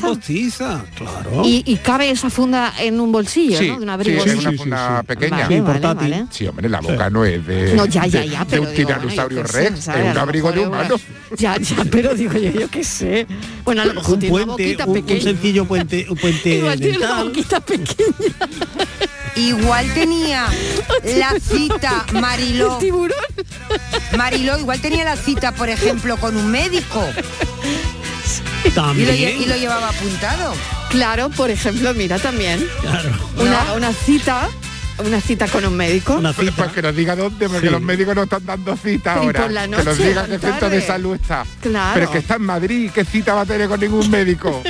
postiza, claro. Y, y cabe esa funda en un bolsillo, Sí, ¿no? De un sí, abrigo. es una funda pequeña. Vale, Sí, vale, portátil. vale. Sí, hombre, la boca no es de, No, ya, ya, de- ya, de pero un digo, bueno, tiranosaurio yo qué sé, rex, es ¿sabes? A un lo abrigo de mejor es humano. una- Ya, ya, pero digo yo, yo qué ¿eh? sé. Bueno, a lo mejor un tiene una puente, boquita un, un pequeña. sencillo puente, un puente Igual tiene una dental. boquita pequeña. Igual tenía la cita Mariló. El tiburón. Mariló igual tenía la cita, por ejemplo, con un médico. Y lo, lle- y lo llevaba apuntado. Claro, por ejemplo, mira también. Una, una cita, una cita con un médico. Pues que nos diga dónde, porque los médicos no están dando cita Y ahora. por la que nos noche, digan por qué centro tarde. de salud está. Claro. Pero es que está en Madrid, ¿qué cita va a tener con ningún médico?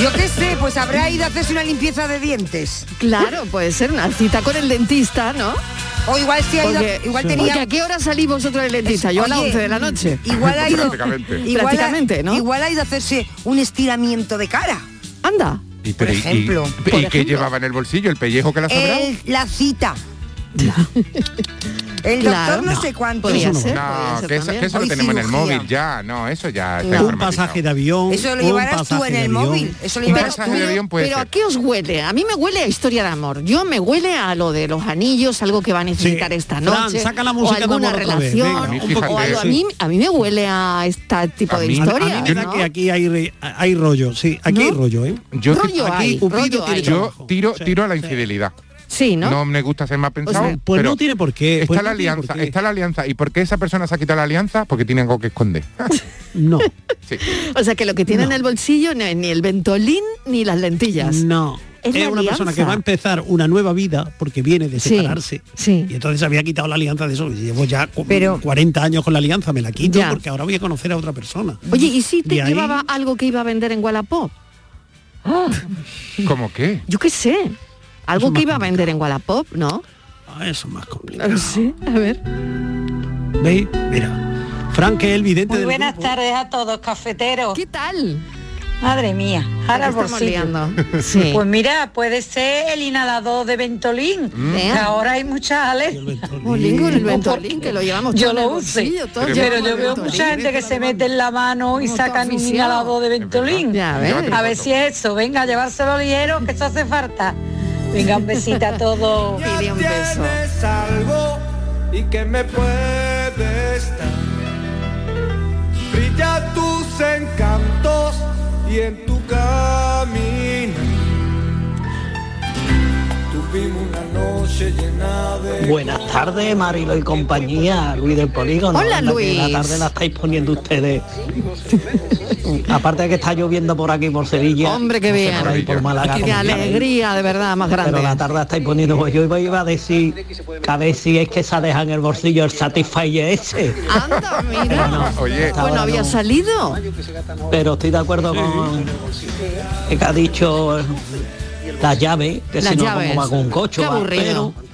Yo qué sé, pues Mm. habrá ido a hacerse una limpieza de dientes. Claro, puede ser una cita con el dentista, ¿no? O igual sí ha ido- igual tenía- Porque a qué hora salís vosotros del dentista? Yo a las Oye, 11 de la noche. Igual ha ido, Igual ha- Prácticamente, ¿no? Igual ha ido a hacerse un estiramiento de cara. Anda. Y, pero, y- y- ejemplo. y Por qué ejemplo. llevaba en el bolsillo? ¿El pellejo que la sobraba? El- la cita. El Claro. doctor no, No, sé cuánto. pues Eso ¿Eh? no, no, que eso, que eso lo Hoy tenemos en el cirugía. móvil ya, no, eso ya está Un informatizado. pasaje de avión. Eso lo un llevarás tú pasaje en de el avión. móvil. Eso lo Un llevarás pasaje de tú. avión puede Pero ¿a ser. qué os huele? A mí me huele a historia de amor. Yo me huele a lo de los anillos, algo que va a necesitar Sí. esta Fran, noche. saca la o música de alguna amor otra vez, venga. A relación, mí, un poco fíjate, algo. A sí. mí, a mí me huele a este tipo de A historia. mí me da que aquí hay, re- hay rollo, sí, aquí hay rollo, ¿eh? Yo te- Rollo aquí hay, un rollo pito hay. tiro- yo tiro, tiro a la infidelidad. Sí, ¿no? me gusta ser más pensado. sea, pues pero no tiene por qué. Está pues la no tiene por alianza, qué. está la alianza. ¿Y por qué esa persona se ha quitado la alianza? Porque tiene algo que esconder. no. O sea, que lo que tiene en el bolsillo no es ni el ventolín ni las lentillas. No. Es, Es, la una persona alianza. que va a empezar una nueva vida porque viene de Sí, separarse. Y entonces había quitado la alianza de eso. Llevo ya cu- Pero- 40 años con la alianza, me la quito Ya. porque ahora voy a conocer a otra persona. Oye, ¿y si te Y ahí- llevaba algo que iba a vender en Wallapop? Ah, ¿Cómo qué? yo qué sé. Algo que iba a vender en Wallapop, ¿no? Ah, Eso es más complicado. No lo sé. A ver. ¿Veis? Mira. Frank es el vidente Muy del buenas grupo. tardes a todos, cafeteros. ¿Qué tal? Madre mía, ahora el estamos bolsillo. liando. Sí. Pues mira, puede ser el inhalador de Ventolín, Mm. que Vea. ahora hay muchas alergias. Olín con el ventolín, que lo llevamos Yo todo en lo el use, bolsillo, todos pero llevamos yo veo Ventolin. mucha gente que se mete en la mano y Como todo sacan un asfixiado. inhalador de Ventolín. Ya ves. A ver si es eso, venga, llevárselo ligero, que eso hace falta. Venga, un besito a todos. Pide un beso. Es algo y que me puedes dar. Brilla tus encantos y en tu camino. Tu vivimos una noche llena de... Buenas tardes, Marilo y compañía, Luis del Polígono. Hola, Anda, que Luis. La tarde la estáis poniendo ustedes. Aparte de que está lloviendo por aquí, por Sevilla. Hombre, qué no sé, bien. Por ahí, por Málaga. Qué como está ahí. alegría, de verdad, más Pero la grande. tarde la estáis poniendo. Pues yo iba, iba a decir que a ver si es que se ha dejado en el bolsillo el Satisfy ese. Anda, mira. Oye. Bueno, había salido. Pero estoy de acuerdo con que ha dicho la llave, que Las si no llaves. como va con un cocho. Qué va, aburrido. pero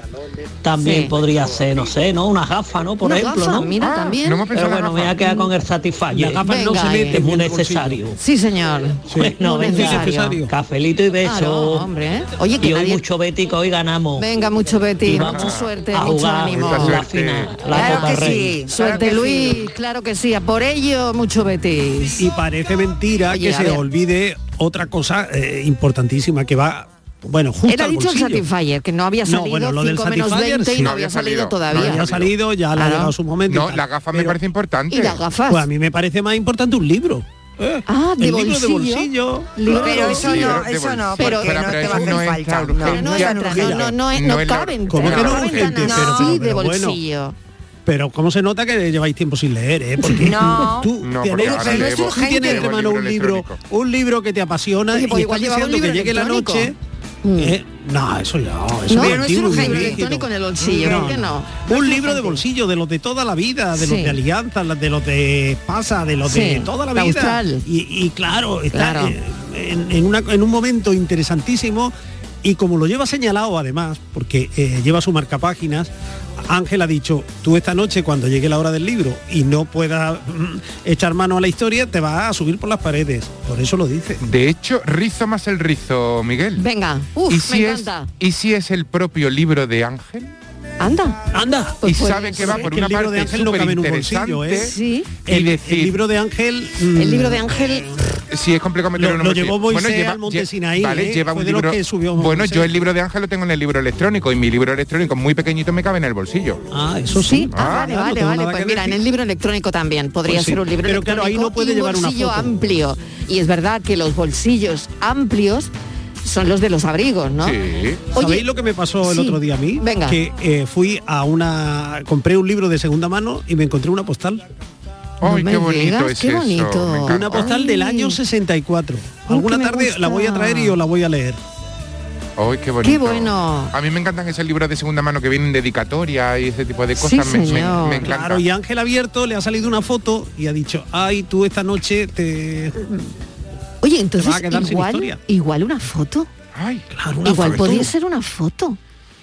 también Sí. podría ser, no sé, ¿no? Una gafa, ¿no? Por Una ejemplo, gafa, ¿no? mira, Ah, también. no hemos pero pensado en la bueno, me voy a gafa. quedar con el Satisfyer. Las gafas no Venga, se ahí. meten Es muy en el bolsillo. necesario. Sí, señor. Bueno, Muy venga, necesario. cafelito y beso. Claro, hombre. ¿eh? Oye, que y hoy nadie- mucho bético, hoy ganamos. Venga, mucho Betty, Y vamos mucha suerte, a mucho jugar ánimo. la final, la Copa Rey. Suerte, Luis, claro que sí. A por ello, mucho Betty. Y parece mentira Oye, que a se ver. olvide otra cosa eh, importantísima que va, bueno, justo Era al dicho el bolsillo. Satisfyer, que no había salido no, bueno, lo del 5 menos Satisfyer 20 y sí. no había salido todavía. No había salido, ya le ha Claro. llegado su momento. No, la gafa me parece importante. ¿Y las gafas? Pues a mí me parece más importante un libro. Eh, Ah, de el libro de bolsillo. bolsillo. Libro Claro. de bolsillo. Libro de Eso no, Pero- porque pero- pero no te va a eso no hacer entra falta. en urgencia. Pero no Ya entra, no no, gira. no, no es- no es la- caben, ¿Cómo que no no caben urgente? tantas. Pero- Sí, pero de bueno. bolsillo. Pero cómo se nota que lleváis tiempo sin leer, ¿eh? Porque No. tú, No, te porque lees- ahora tú llevo- tienes gente, entre llevo el mano un libro libro, un libro que te apasiona Oye, pues y igual estás llevaba un deseando que libro llegue la noche. electrónico. Mm. eh, no, eso ya. Eso No, muy no es antiguo, un muy rígido. libro electrónico en el bolsillo, creo que no. Un libro de bolsillo, de los de toda la vida, de Sí. los de Alianza, la- de los de Pasa, de los Sí, de toda la la vida. Austral. Y, y claro, está Claro. eh, En, en una- en un momento interesantísimo y como lo lleva señalado además, porque eh, lleva su marcapáginas, Ángel ha dicho, tú esta noche cuando llegue la hora del libro y no puedas mm, echar mano a la historia, te vas a subir por las paredes. Por eso lo dice. De hecho, rizo más el rizo, Miguel. Venga, uf, ¿Y si me es- encanta. ¿Y si es el propio libro de Ángel? Anda. Pues Anda. y sabe que va por una libro de parte Ángel no cabe en un bolsillo, ¿eh? superinteresante Sí. y El, el decir- libro de Ángel... El mm, libro de Ángel Sí, es complicado meterlo Lo- en un lo llevó bolsillo. Moisés al Monte lle- Sinaí, Vale, ¿eh? lleva Fue un de los libro. que subió bueno, Moisés. yo el libro de Ángel lo tengo en el libro electrónico y mi libro electrónico muy pequeñito me cabe en el bolsillo. Ah, eso Sí, ah, vale, vale, vale. Pues mira, en el libro electrónico también podría Pues sí. ser un libro Pero electrónico claro, ahí no puede y un llevar una bolsillo foto. amplio. Y es verdad que los bolsillos amplios son los de los abrigos, ¿no? Sí. Oye, ¿Sabéis lo que me pasó el sí. otro día a mí? Venga. Que eh, fui a una... Compré un libro de segunda mano y me encontré una postal. Ay, No qué me bonito digas, es qué eso, me bonito. encanta. Una postal del Ay. año 64. Oh, Alguna que me tarde la voy a gusta. traer y os la voy a leer. Ay, qué bonito. Qué bueno. A mí me encantan esos libros de segunda mano que vienen dedicatoria y ese tipo de cosas. me, me- me encanta. Claro, y Ángel Abierto le ha salido una foto y ha dicho, ay, tú esta noche te... Oye, Te vas a entonces quedar sin igual, historia. igual una foto. Ay, claro, una igual foto. podría ser una foto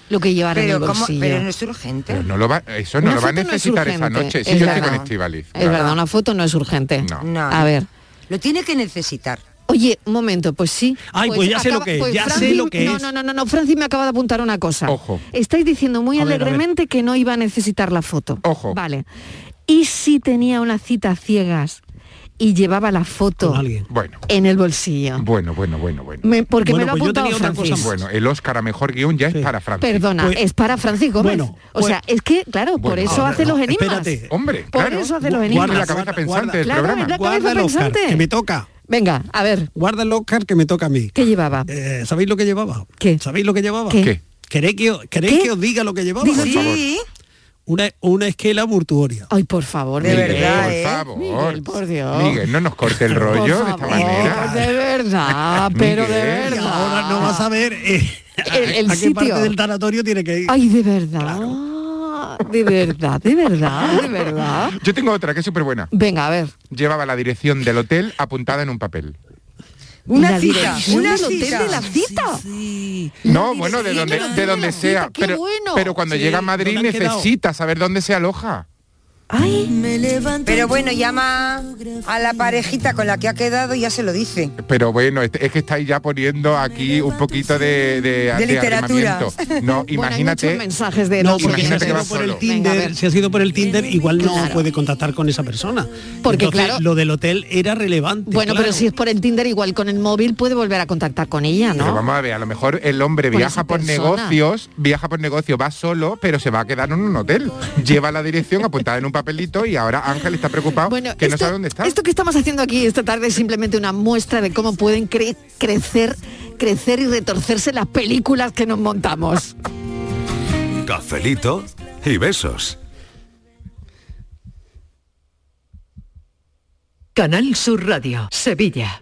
lo que llevar en el Pero, ¿cómo? bolsillo. pero no es urgente. Pero no lo va, eso no Una lo va a foto no es necesitar esa urgente, noche. Si es yo verdad. estoy con este- Estivali. Es verdad, una foto no es urgente. No. A ver. Lo tiene que necesitar. Oye, un momento, pues sí. Ay, pues ya sé lo que es, ya sé Francis- lo que no, es. No, no, no, no, Francis me acaba de apuntar una cosa. Ojo. Estáis diciendo muy A ver, a ver. alegremente que no iba a necesitar la foto. Ojo. Vale. ¿Y si tenía una cita a ciegas y llevaba la foto Bueno, en el bolsillo? bueno, bueno, bueno, bueno. Me- porque me lo ha apuntado Francis. Bueno, el Oscar a mejor guión ya es para Francis. Perdona, es para Francis Gómez. bueno, pues- o sea, es que, claro, por Bueno, eso ahora hace no, los enigmas. espérate. Hombre, Por claro. eso hace los Guarda enigmas. la cabeza pensante del Claro, programa. es la Guarda cabeza el Oscar, pensante. que me toca. Venga, a ver. Guarda el Oscar que me toca a mí. ¿Qué llevaba? Eh, ¿Sabéis lo que llevaba? ¿Qué? ¿Sabéis lo que llevaba? ¿Qué? ¿Qué? ¿Queréis que, os- queréis ¿Qué? que os diga lo que llevaba? Digo, Por favor. sí. Una, una esquela mortuoria. Ay, por favor, Miguel, por ¿eh? favor. Miguel, por Dios. Miguel, no nos corte el Por rollo de esta favor, manera. de verdad, pero de Miguel, verdad. ahora no vas a ver eh, El- el a qué sitio. parte del tanatorio tiene que ir. Ay, de verdad. De verdad, de verdad, de verdad. Yo tengo otra que es súper buena. Venga, a ver. Llevaba la dirección del hotel apuntada en un papel. Una La cita, dirección una del hotel cita. de la cita. No, bueno, de donde, de donde sea. qué Pero, bueno. pero cuando Sí, llega a Madrid ¿dónde han quedado? necesita saber dónde se aloja. Pero bueno, llama a la parejita con la que ha quedado y ya se lo dice. Pero bueno, este- es que estáis ya poniendo aquí un poquito de, de, De literatura. arrimamiento. No, imagínate. mensajes de Eh, no, no, porque si ha imagínate que sido vas por el solo. Tinder, si ha sido por el Tinder, igual no puede contactar con esa persona. Porque, Entonces, claro- lo del hotel era relevante. Bueno, claro. pero si es por el Tinder, igual con el móvil puede volver a contactar con ella, Pero ¿no? vamos a ver, a lo mejor el hombre Con viaja esa por persona. negocios, viaja por negocio, va solo, pero se va a quedar en un hotel. Lleva la dirección apuntada en un papelito y ahora Ángel está preocupado que no sabe dónde está. Esto que estamos haciendo aquí esta tarde es simplemente una muestra de cómo pueden cre- crecer crecer y retorcerse las películas que nos montamos. Cafelito y besos. Canal Sur Radio, Sevilla.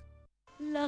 La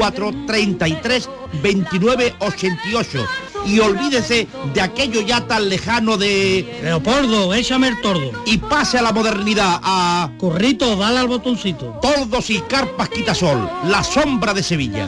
33 29 88. Y olvídese de aquello ya tan lejano de... Leopoldo, échame el tordo. Y pase a la modernidad, a... Corrito, dale al botoncito. Tordos y carpas quitasol, la sombra de Sevilla.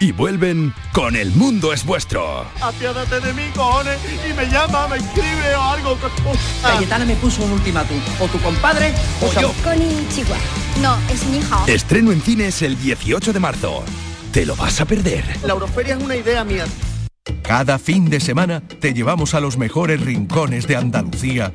y vuelven con El Mundo es Vuestro. Apiádate de mí, cojones, y me llama, me escribe o algo. Cayetana me puso un ultimátum. O tu compadre o yo. Con Chihuahua. No, es mi hija. Estreno en cines el 18 de marzo. Te lo vas a perder. La Euroferia es una idea mía. Cada fin de semana te llevamos a los mejores rincones de Andalucía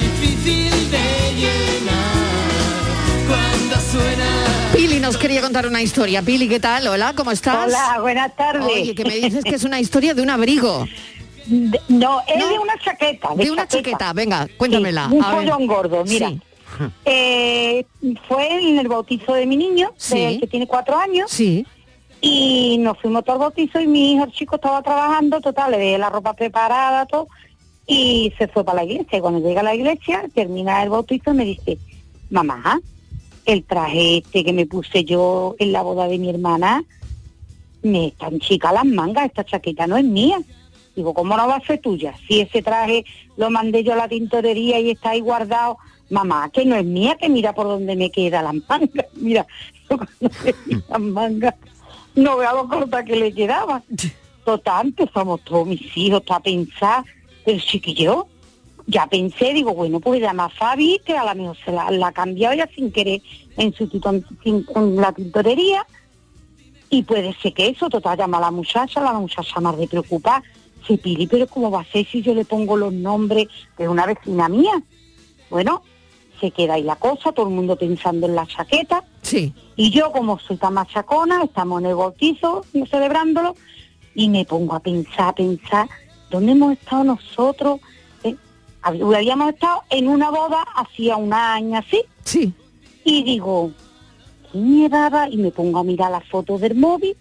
difícil de llenar cuando suena. Pili nos quería contar una historia. Pili, ¿qué tal? Hola, ¿cómo estás? Hola, buenas tardes. Oye, que me dices que es una historia de un abrigo. no, es de una chaqueta. De, una chaqueta, venga, cuéntamela. Sí, un a ver. pollón gordo, mira. Sí. Eh, fue en el bautizo de mi niño, Sí. de- que tiene cuatro años. Sí. Y nos fuimos todo al bautizo y mi hijo, el chico, estaba trabajando, total, le dejé la ropa preparada, todo. Y se fue para la iglesia. Y cuando llega a la iglesia, termina el bautizo y me dice, mamá, el traje este que me puse yo en la boda de mi hermana, me están chicas las mangas, esta chaqueta no es mía. Digo, ¿cómo no va a ser tuya? Si ese traje lo mandé yo a la tintorería y está ahí guardado, mamá, que no es mía, que mira por dónde me queda la manga. Mira, yo cuando le vi las mangas, no vea lo corta que le quedaba. Total, empezamos todos mis hijos todo a pensar, pero chiquillo, ya pensé, digo, bueno, pues llama a Fabi, que a la mejor se la, la ha cambiado ya sin querer en su tito- tin- en la tintorería. Y puede ser que eso, total, llama a la muchacha, la muchacha más de preocupar. Se pide, pero ¿cómo va a ser si yo le pongo los nombres de una vecina mía? Bueno, se queda ahí la cosa, todo el mundo pensando en la chaqueta. Sí. Y yo, como soy tan machacona, estamos en el bautizo, celebrándolo, y me pongo a pensar, a pensar, ¿dónde hemos estado nosotros? Eh, hab- habíamos estado en una boda hacía un año así. Sí. Y digo, ¿quién llevaba? Y me pongo a mirar las fotos del móvil,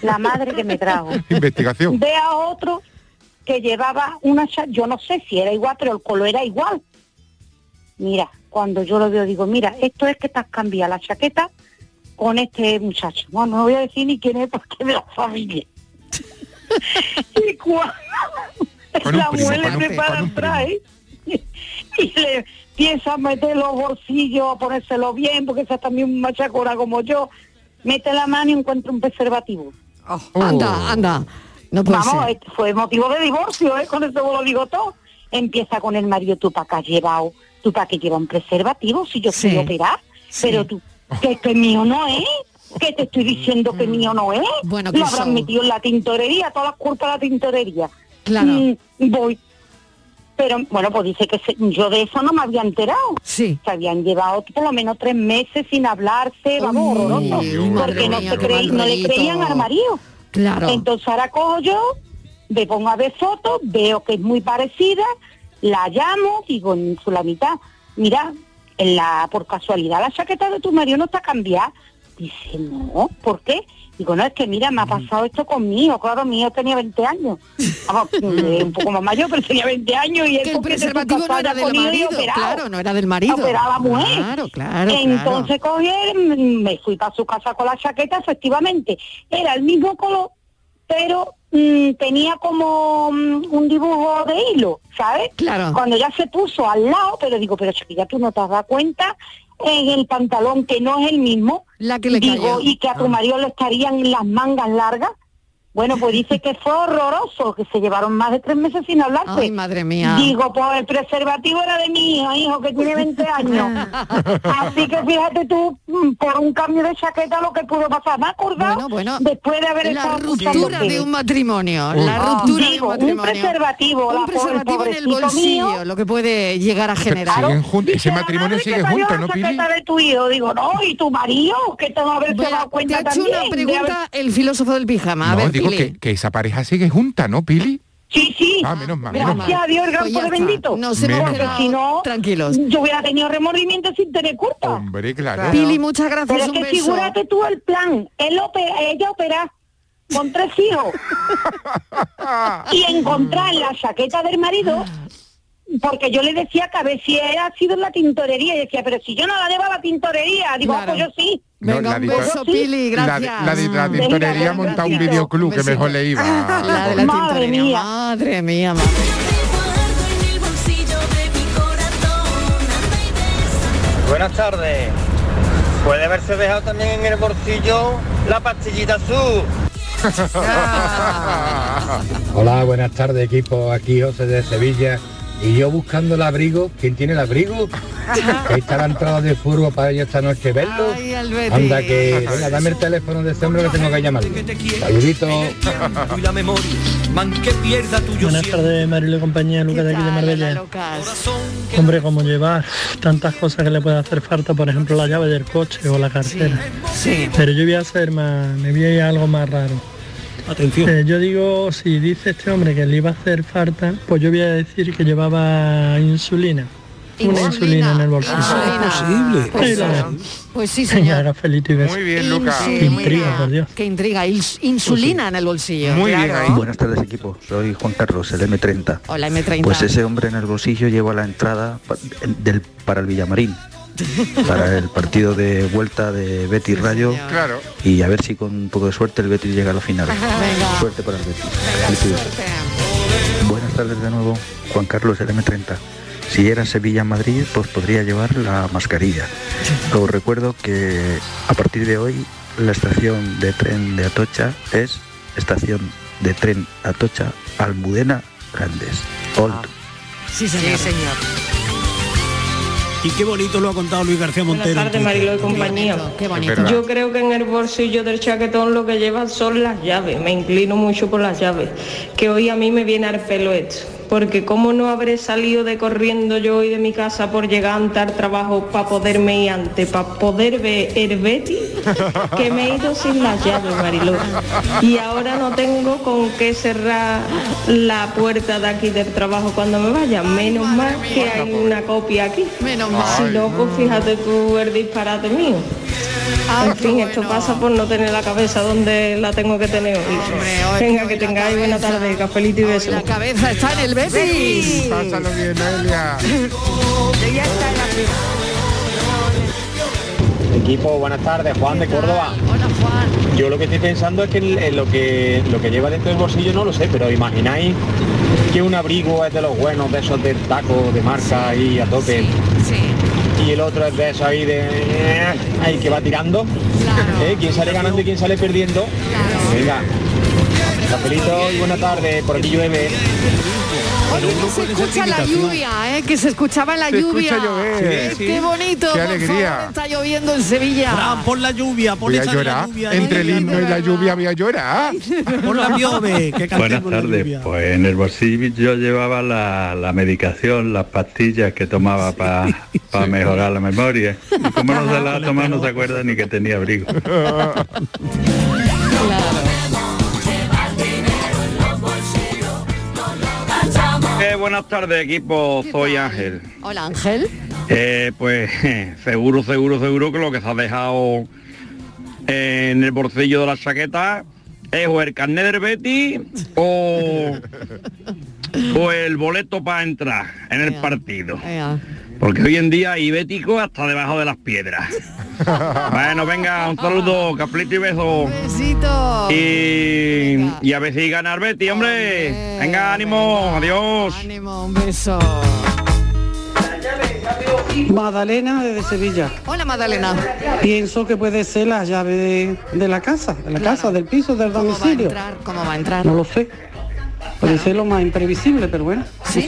la madre que me trajo. Investigación. Ve a otro que llevaba una cha- yo no sé si era igual, pero el color era igual. Mira, cuando yo lo veo digo, mira, esto es que te has cambiado la chaqueta con este muchacho. Bueno, no voy a decir ni quién es porque es de la familia. y cuando Con un la primo, mujer con le un- prepara con un el traje ¿eh? y le empieza a meter los bolsillos, a ponérselo bien, porque esa es también un machacora como yo, mete la mano y encuentra un preservativo. Oh. Oh. Anda, anda. No puede Vamos, ser. eh, fue motivo de divorcio, ¿eh? Con eso lo digo todo. Empieza con el marido, tú para que has llevado, tú para que lleva un preservativo, si yo Sí, quiero operar, pero tú, que esto es este mío, no es. que te estoy diciendo que mío no es. Bueno, lo que habrán son. metido en la tintorería, todas las culpas de la tintorería. Mm, Claro. voy. Pero bueno, pues dice que se- yo de eso no me había enterado. Sí. Se habían llevado por lo menos tres meses sin hablarse, vamos, horroroso, porque no, madre se mía, creí- no le Manolito. creían al marido. Claro. Entonces ahora cojo yo, me pongo a ver fotos, veo que es muy parecida, la llamo, digo en su la mitad, mira, en la, por casualidad la chaqueta de tu marido no está cambiada. Dice, no, ¿por qué? Digo, no, es que mira, me ha pasado esto conmigo, claro, mío tenía 20 años. Vamos, eh, un poco más mayor, pero tenía 20 años y él que el con que se preservativo no casara era del conmigo y marido, operado. claro, no era del marido. Operaba a mujer. Claro, claro, Entonces cogí, mm, me fui para su casa con la chaqueta, efectivamente. Era el mismo color, pero mm, tenía como mm, un dibujo de hilo, ¿sabes? Claro. Cuando ya se puso al lado, pero digo, pero chiquilla, tú no te has dado cuenta en el pantalón que no es el mismo. La que le Digo, cayó. y que a tu Ah. marido le estarían las mangas largas. Bueno, pues dice que fue horroroso, que se llevaron más de tres meses sin hablarse. Ay, madre mía. Digo, pues el preservativo era de mi hija, hijo, que tiene 20 años. Así que fíjate tú, mm, por un cambio de chaqueta lo que pudo pasar. Me he acordado después de haber la estado ruptura escuchándote. de un matrimonio, Uy. la Ah, ruptura digo, de un un matrimonio. preservativo, la un pobre- preservativo en el pobrecito bolsillo, mío. lo que puede llegar a Pero generar. siguen juntos, ese matrimonio sigue Salió junto, la ¿no, Pili? chaqueta de tu hijo, digo, no, y tu marido, que te va a haberse Bueno, dado te cuenta ha hecho también. una de pregunta haber- el filósofo del pijama. A no, ver, digo Pili. que, que esa pareja sigue junta, ¿no, Pili? Sí, sí. Ah, menos mal. menos Gracias mal. a Dios, el gran Pues ya poder está. bendito. Nos hemos Menos Porque mal. si no, tranquilos. yo hubiera tenido remordimiento sin tener culpa. Hombre, claro. Pili, muchas gracias, Pero es un que beso. figúrate tú el plan. Él opera, ella opera con tres hijos. y encontrar la chaqueta del marido, porque yo le decía que a ver si ha sido en la tintorería. Y decía, pero si yo no la llevo a la tintorería. Digo, ah, pues yo sí. No, la dicta- La, la, di- la tintorería monta un videoclub que mejor le iba. Ah, La de la Pobre. tintorería. Madre mía, madre. Buenas tardes. Puede haberse dejado también en el bolsillo la pastillita azul. Hola, buenas tardes equipo, aquí José de Sevilla y yo buscando el abrigo, ¿quién tiene el abrigo? Ah. Ahí está la entrada de furgo para yo esta noche verlo. Ay, Alberti. Anda que, venga, dame el teléfono de ese este hombre que tengo que llamar. Saludito. Y la memoria, man que pierda tuyo Buenas tardes, Marilo y compañía, Lucas de aquí de Marbella. Hombre, como llevar tantas cosas que le puede hacer falta, por ejemplo, la llave del coche o la cartera. Sí. Pero yo voy a hacer más, me voy a ir a algo más raro. Atención. Eh, yo digo, si dice este hombre que le iba a hacer falta, pues yo voy a decir que llevaba insulina. Una insulina en el bolsillo. Insulina. Sí, Pues, la- pues sí, Venga, señor. Rafaelito, y besos. Sí, Qué muy bien. intriga, por Dios. Qué intriga. Ins- Pues Insulina en el bolsillo. Claro. Buenas tardes equipo, soy Juan Carlos, el M30. Hola, M30. Pues ese hombre en el bolsillo lleva la entrada pa- del, para el Villamarín, para el partido de vuelta de Betty Rayo. Claro. Y a ver si con un poco de suerte el Betis llega a la final. Venga. Suerte para el Betis. Felicidades. Buenas tardes de nuevo, Juan Carlos del M30. Si era Sevilla Madrid, pues podría llevar la mascarilla. Os recuerdo que a partir de hoy la estación de tren de Atocha es estación de tren Atocha Almudena Grandes. Old. Sí, señor. Y qué bonito lo ha contado Luis García Montero. Buenas tardes, Mariló y compañía. bonito. Es verdad. Yo creo que en el bolsillo del chaquetón lo que llevan son las llaves. Me inclino mucho por las llaves. Que hoy a mí me viene al pelo esto. Porque cómo no habré salido de corriendo yo hoy de mi casa por llegar antes al trabajo para poderme ir antes, para poder ver el Betty, que me he ido sin las llaves, Mariló. Y ahora no tengo con qué cerrar la puerta de aquí del trabajo cuando me vaya. Menos mal que hay una copia aquí. Menos Ah, Si mal. no, pues fíjate tú el disparate mío. Ah, en fin, esto pasa por no tener la cabeza donde la tengo que tener hoy. Venga, que tengáis buena tarde, cafelito y besos. La cabeza está en el Betis. Pásalo bien, Elia. Equipo, buenas tardes, Juan de Córdoba. Hola Juan. Yo lo que estoy pensando es que el- el- lo que lo que lleva dentro del bolsillo no lo sé, pero imagináis que un abrigo es de los buenos, de esos de taco, de marca ahí a tope. Y el otro es de esos ahí de ahí que va tirando. ¿Eh? ¿Quién sale ganando y quién sale perdiendo? Venga. Cafelito y buena tarde, por aquí llueve. Oye, que se escucha la lluvia, ¿eh? que se escuchaba la Se lluvia. escucha llover. eh, Sí, sí. Qué bonito, Qué por alegría. favor, está lloviendo en Sevilla. Fran, pon la lluvia, pon Voy a esa de la llorar. lluvia. Entre el himno y la lluvia voy a llorar. Pon la piove, que cante Buenas con la tardes. lluvia. Pues en el bolsillo yo llevaba la, la medicación, las pastillas que tomaba para mejorar la memoria. Y como no se la ha tomado, no se acuerda ni que tenía abrigo. Eh, buenas tardes equipo, soy Ángel. Hola Ángel. Eh, pues seguro, seguro, seguro que lo que se ha dejado eh, en el bolsillo de la chaqueta es o el carnet del Betty o, o el boleto para entrar en el partido. Porque hoy en día hay bético hasta debajo de las piedras. bueno, venga, un saludo, caplito y beso. Besito. Y, y a ver si gana el Betty, hombre. Venga, ánimo, adiós. Ánimo, un beso. Madalena desde Sevilla. Hola Magdalena. Pienso que puede ser la llave de, de la casa, de la casa, del piso, del domicilio. ¿Cómo va a entrar? No lo sé. Puede ser lo más imprevisible, pero bueno. no sé.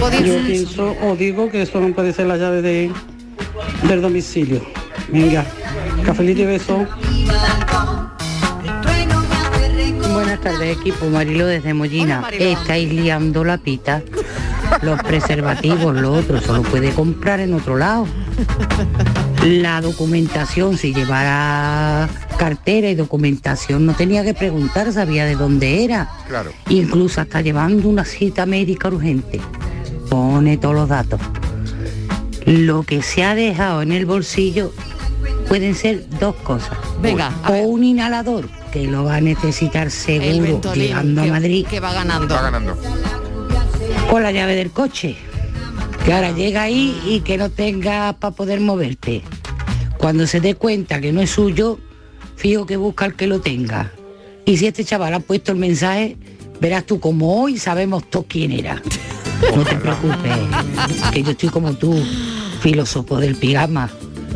Podía Yo ser pienso o digo que eso no puede ser la llave de, del domicilio. Venga, cafelito y beso. Buenas tardes equipo, Marilo desde Mollina. Estáis liando la pita. Los preservativos, lo otro, solo puede comprar en otro lado. La documentación, si llevara cartera y documentación, no tenía que preguntar, sabía de dónde era. Claro. Incluso hasta llevando una cita médica urgente. Pone todos los datos. Lo que se ha dejado en el bolsillo pueden ser dos cosas. Venga, o un inhalador que lo va a necesitar El seguro Ventolin, llegando a que- Madrid. Que va ganando. Va ganando. O la llave del coche. Que ahora llega ahí y que no tenga para poder moverte. Cuando se dé cuenta que no es suyo, fijo que busca al que lo tenga. Y si este chaval ha puesto el mensaje, verás tú como hoy sabemos todos quién era. No te preocupes, que yo estoy como tú, filósofo del pijama.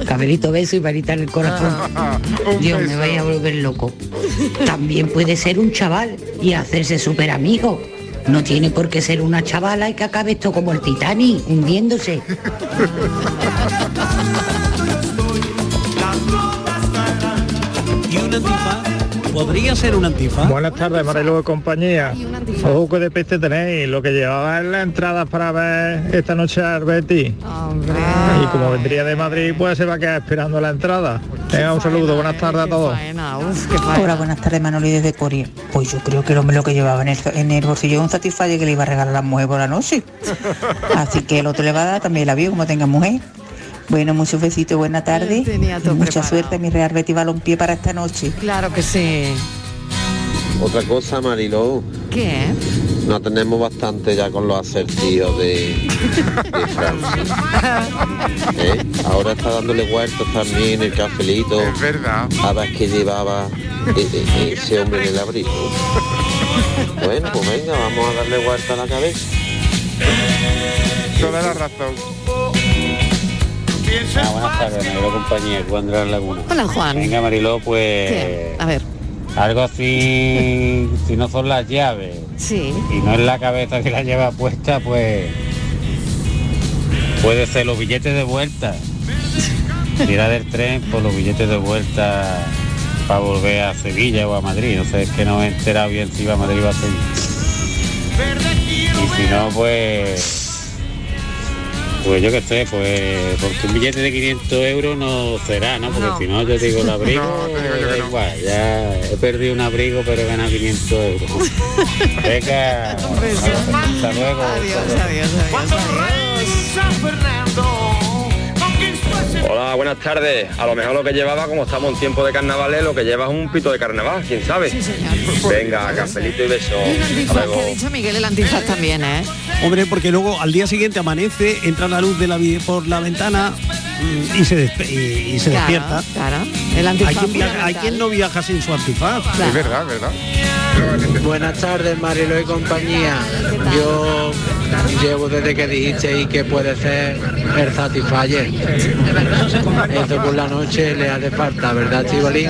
Cabelito beso y varita en el corazón. Dios, me vaya a volver loco. También puede ser un chaval y hacerse súper amigo. No tiene por qué ser una chavala y que acabe esto como el Titanic, hundiéndose. Y una antifa. Podría ser un antifa. Buenas tardes, Marelo de compañía. Ojo que de peste tenéis, lo que llevaba en las entradas para ver esta noche al Betty. Y como vendría de Madrid, pues se va a quedar esperando la entrada. Venga, un saludo, buenas tardes a todos. Hola, buenas tardes, Manoli desde Coria. Pues yo creo que el hombre lo que llevaba en el, en el bolsillo era un satisfalle que le iba a regalar a la mujer por la noche. Así que el otro le va a dar también la vio como tenga mujer. Bueno, muchos besitos, buena tarde. Y Mucha suerte, mi Real Betty Balompié para esta noche. Claro que sí. Otra cosa, Mariló, ¿Qué? no tenemos bastante ya con los acertijos de, de Francia. ¿eh? Ahora está dándole huertos también el cafelito. Es verdad. A ver qué llevaba eh, eh, ese hombre en el abrigo. Bueno, pues venga, vamos a darle huerta a la cabeza. Toda la razón. Ah, buenas tardes, Mariló compañía, Juan de la Laguna. Hola, Juan. Venga, Mariló, pues... ¿Qué? A ver. Algo así, si no son las llaves Sí. y no es la cabeza que la lleva puesta, pues puede ser los billetes de vuelta. Tirar del tren por los billetes de vuelta para volver a Sevilla o a Madrid. No sé, es que no he enterado bien si iba a Madrid o a Sevilla. Y si no, pues... Pues yo qué sé, pues porque un billete de 500 euros no será, ¿no? Porque No. si no, yo digo el abrigo, No, te digo yo da que no. igual, ya he perdido un abrigo, pero he ganado 500 euros. Venga, hasta luego. Hola, buenas tardes. A lo mejor lo que llevaba, como estamos en tiempo de carnavales, lo que lleva es un pito de carnaval, quién sabe. Venga, cafelito y beso. Y un antifaz Hasta luego. que ha dicho Miguel, el antifaz también, ¿eh? Hombre, porque luego al día siguiente amanece, entra la luz de la vi- por la ventana mm, y se, despe- y, y se Claro, despierta. Claro, el Hay antifaz quien, viaja- fundamental. hay quien no viaja sin su antifaz. Claro. Es verdad, verdad. Buenas tardes, Marilo y compañía. Eh, Yo Llevo desde que dijisteis que puede ser el Satisfyer. Eso por la noche le hace falta, ¿verdad, Chibolín?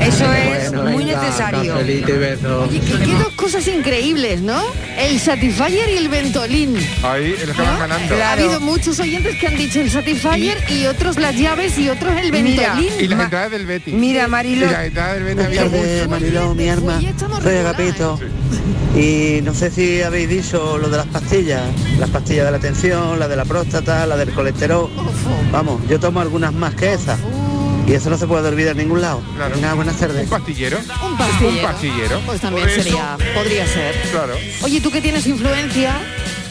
Eso es muy necesario. Cafelito y besos. Oye, qué, qué dos cosas increíbles, ¿no? El Satisfyer y el Ventolin. Ahí el que van ganando. ¿Ah? Ha habido muchos oyentes que han dicho el Satisfyer y otros las llaves y otros el Mira. Ventolin. Y las entradas del Betty. Mira, Marilo. Y las entradas del Betty había Buenas tardes, mucho. Mariló, mi arma. Soy Agapito. Y no sé si habéis dicho lo de las pastillas, las pastillas de la tensión, la de la próstata, la del colesterol. Vamos, yo tomo algunas más que esas. Y eso no se puede olvidar en ningún lado. Venga, buenas tardes. ¿Un pastillero? Un pastillero. Un pastillero. Pues también Eso. sería, podría ser. Claro. Oye, tú que tienes influencia,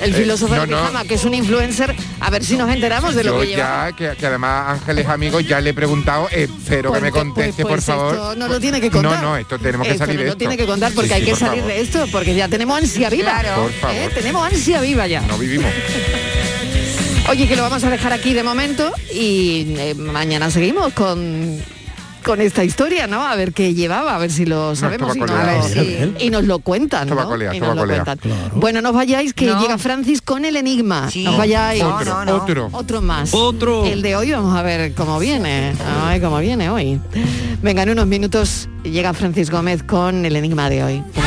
el Eh, filósofo no, de no. pijama, que es un influencer, a ver si nos enteramos de lo Yo que lleva. ya, que, que además Ángeles amigos ya le he preguntado, espero que me conteste, Pues por favor. esto no lo tiene que contar. No, no, esto tenemos que Esto salir no de lo esto. tiene que contar porque Sí, hay sí, que por salir favor. de esto, porque ya tenemos ansia viva. Claro. Por favor. ¿eh? Tenemos ansia viva ya. No vivimos. Oye, que lo vamos a dejar aquí de momento y eh, mañana seguimos con con esta historia, ¿no? A ver qué llevaba, a ver si lo sabemos y, va a no- colear. y- y nos lo cuentan, Esto va ¿no? a colear, Y esto nos va a lo colear. cuentan. Bueno, no os vayáis que llega Francis con el enigma. No os vayáis. Otro, No, no, no. otro. Otro más. Otro. El de hoy vamos a ver cómo viene. Ay, cómo viene hoy. Venga, en unos minutos llega Francis Gómez con el enigma de hoy.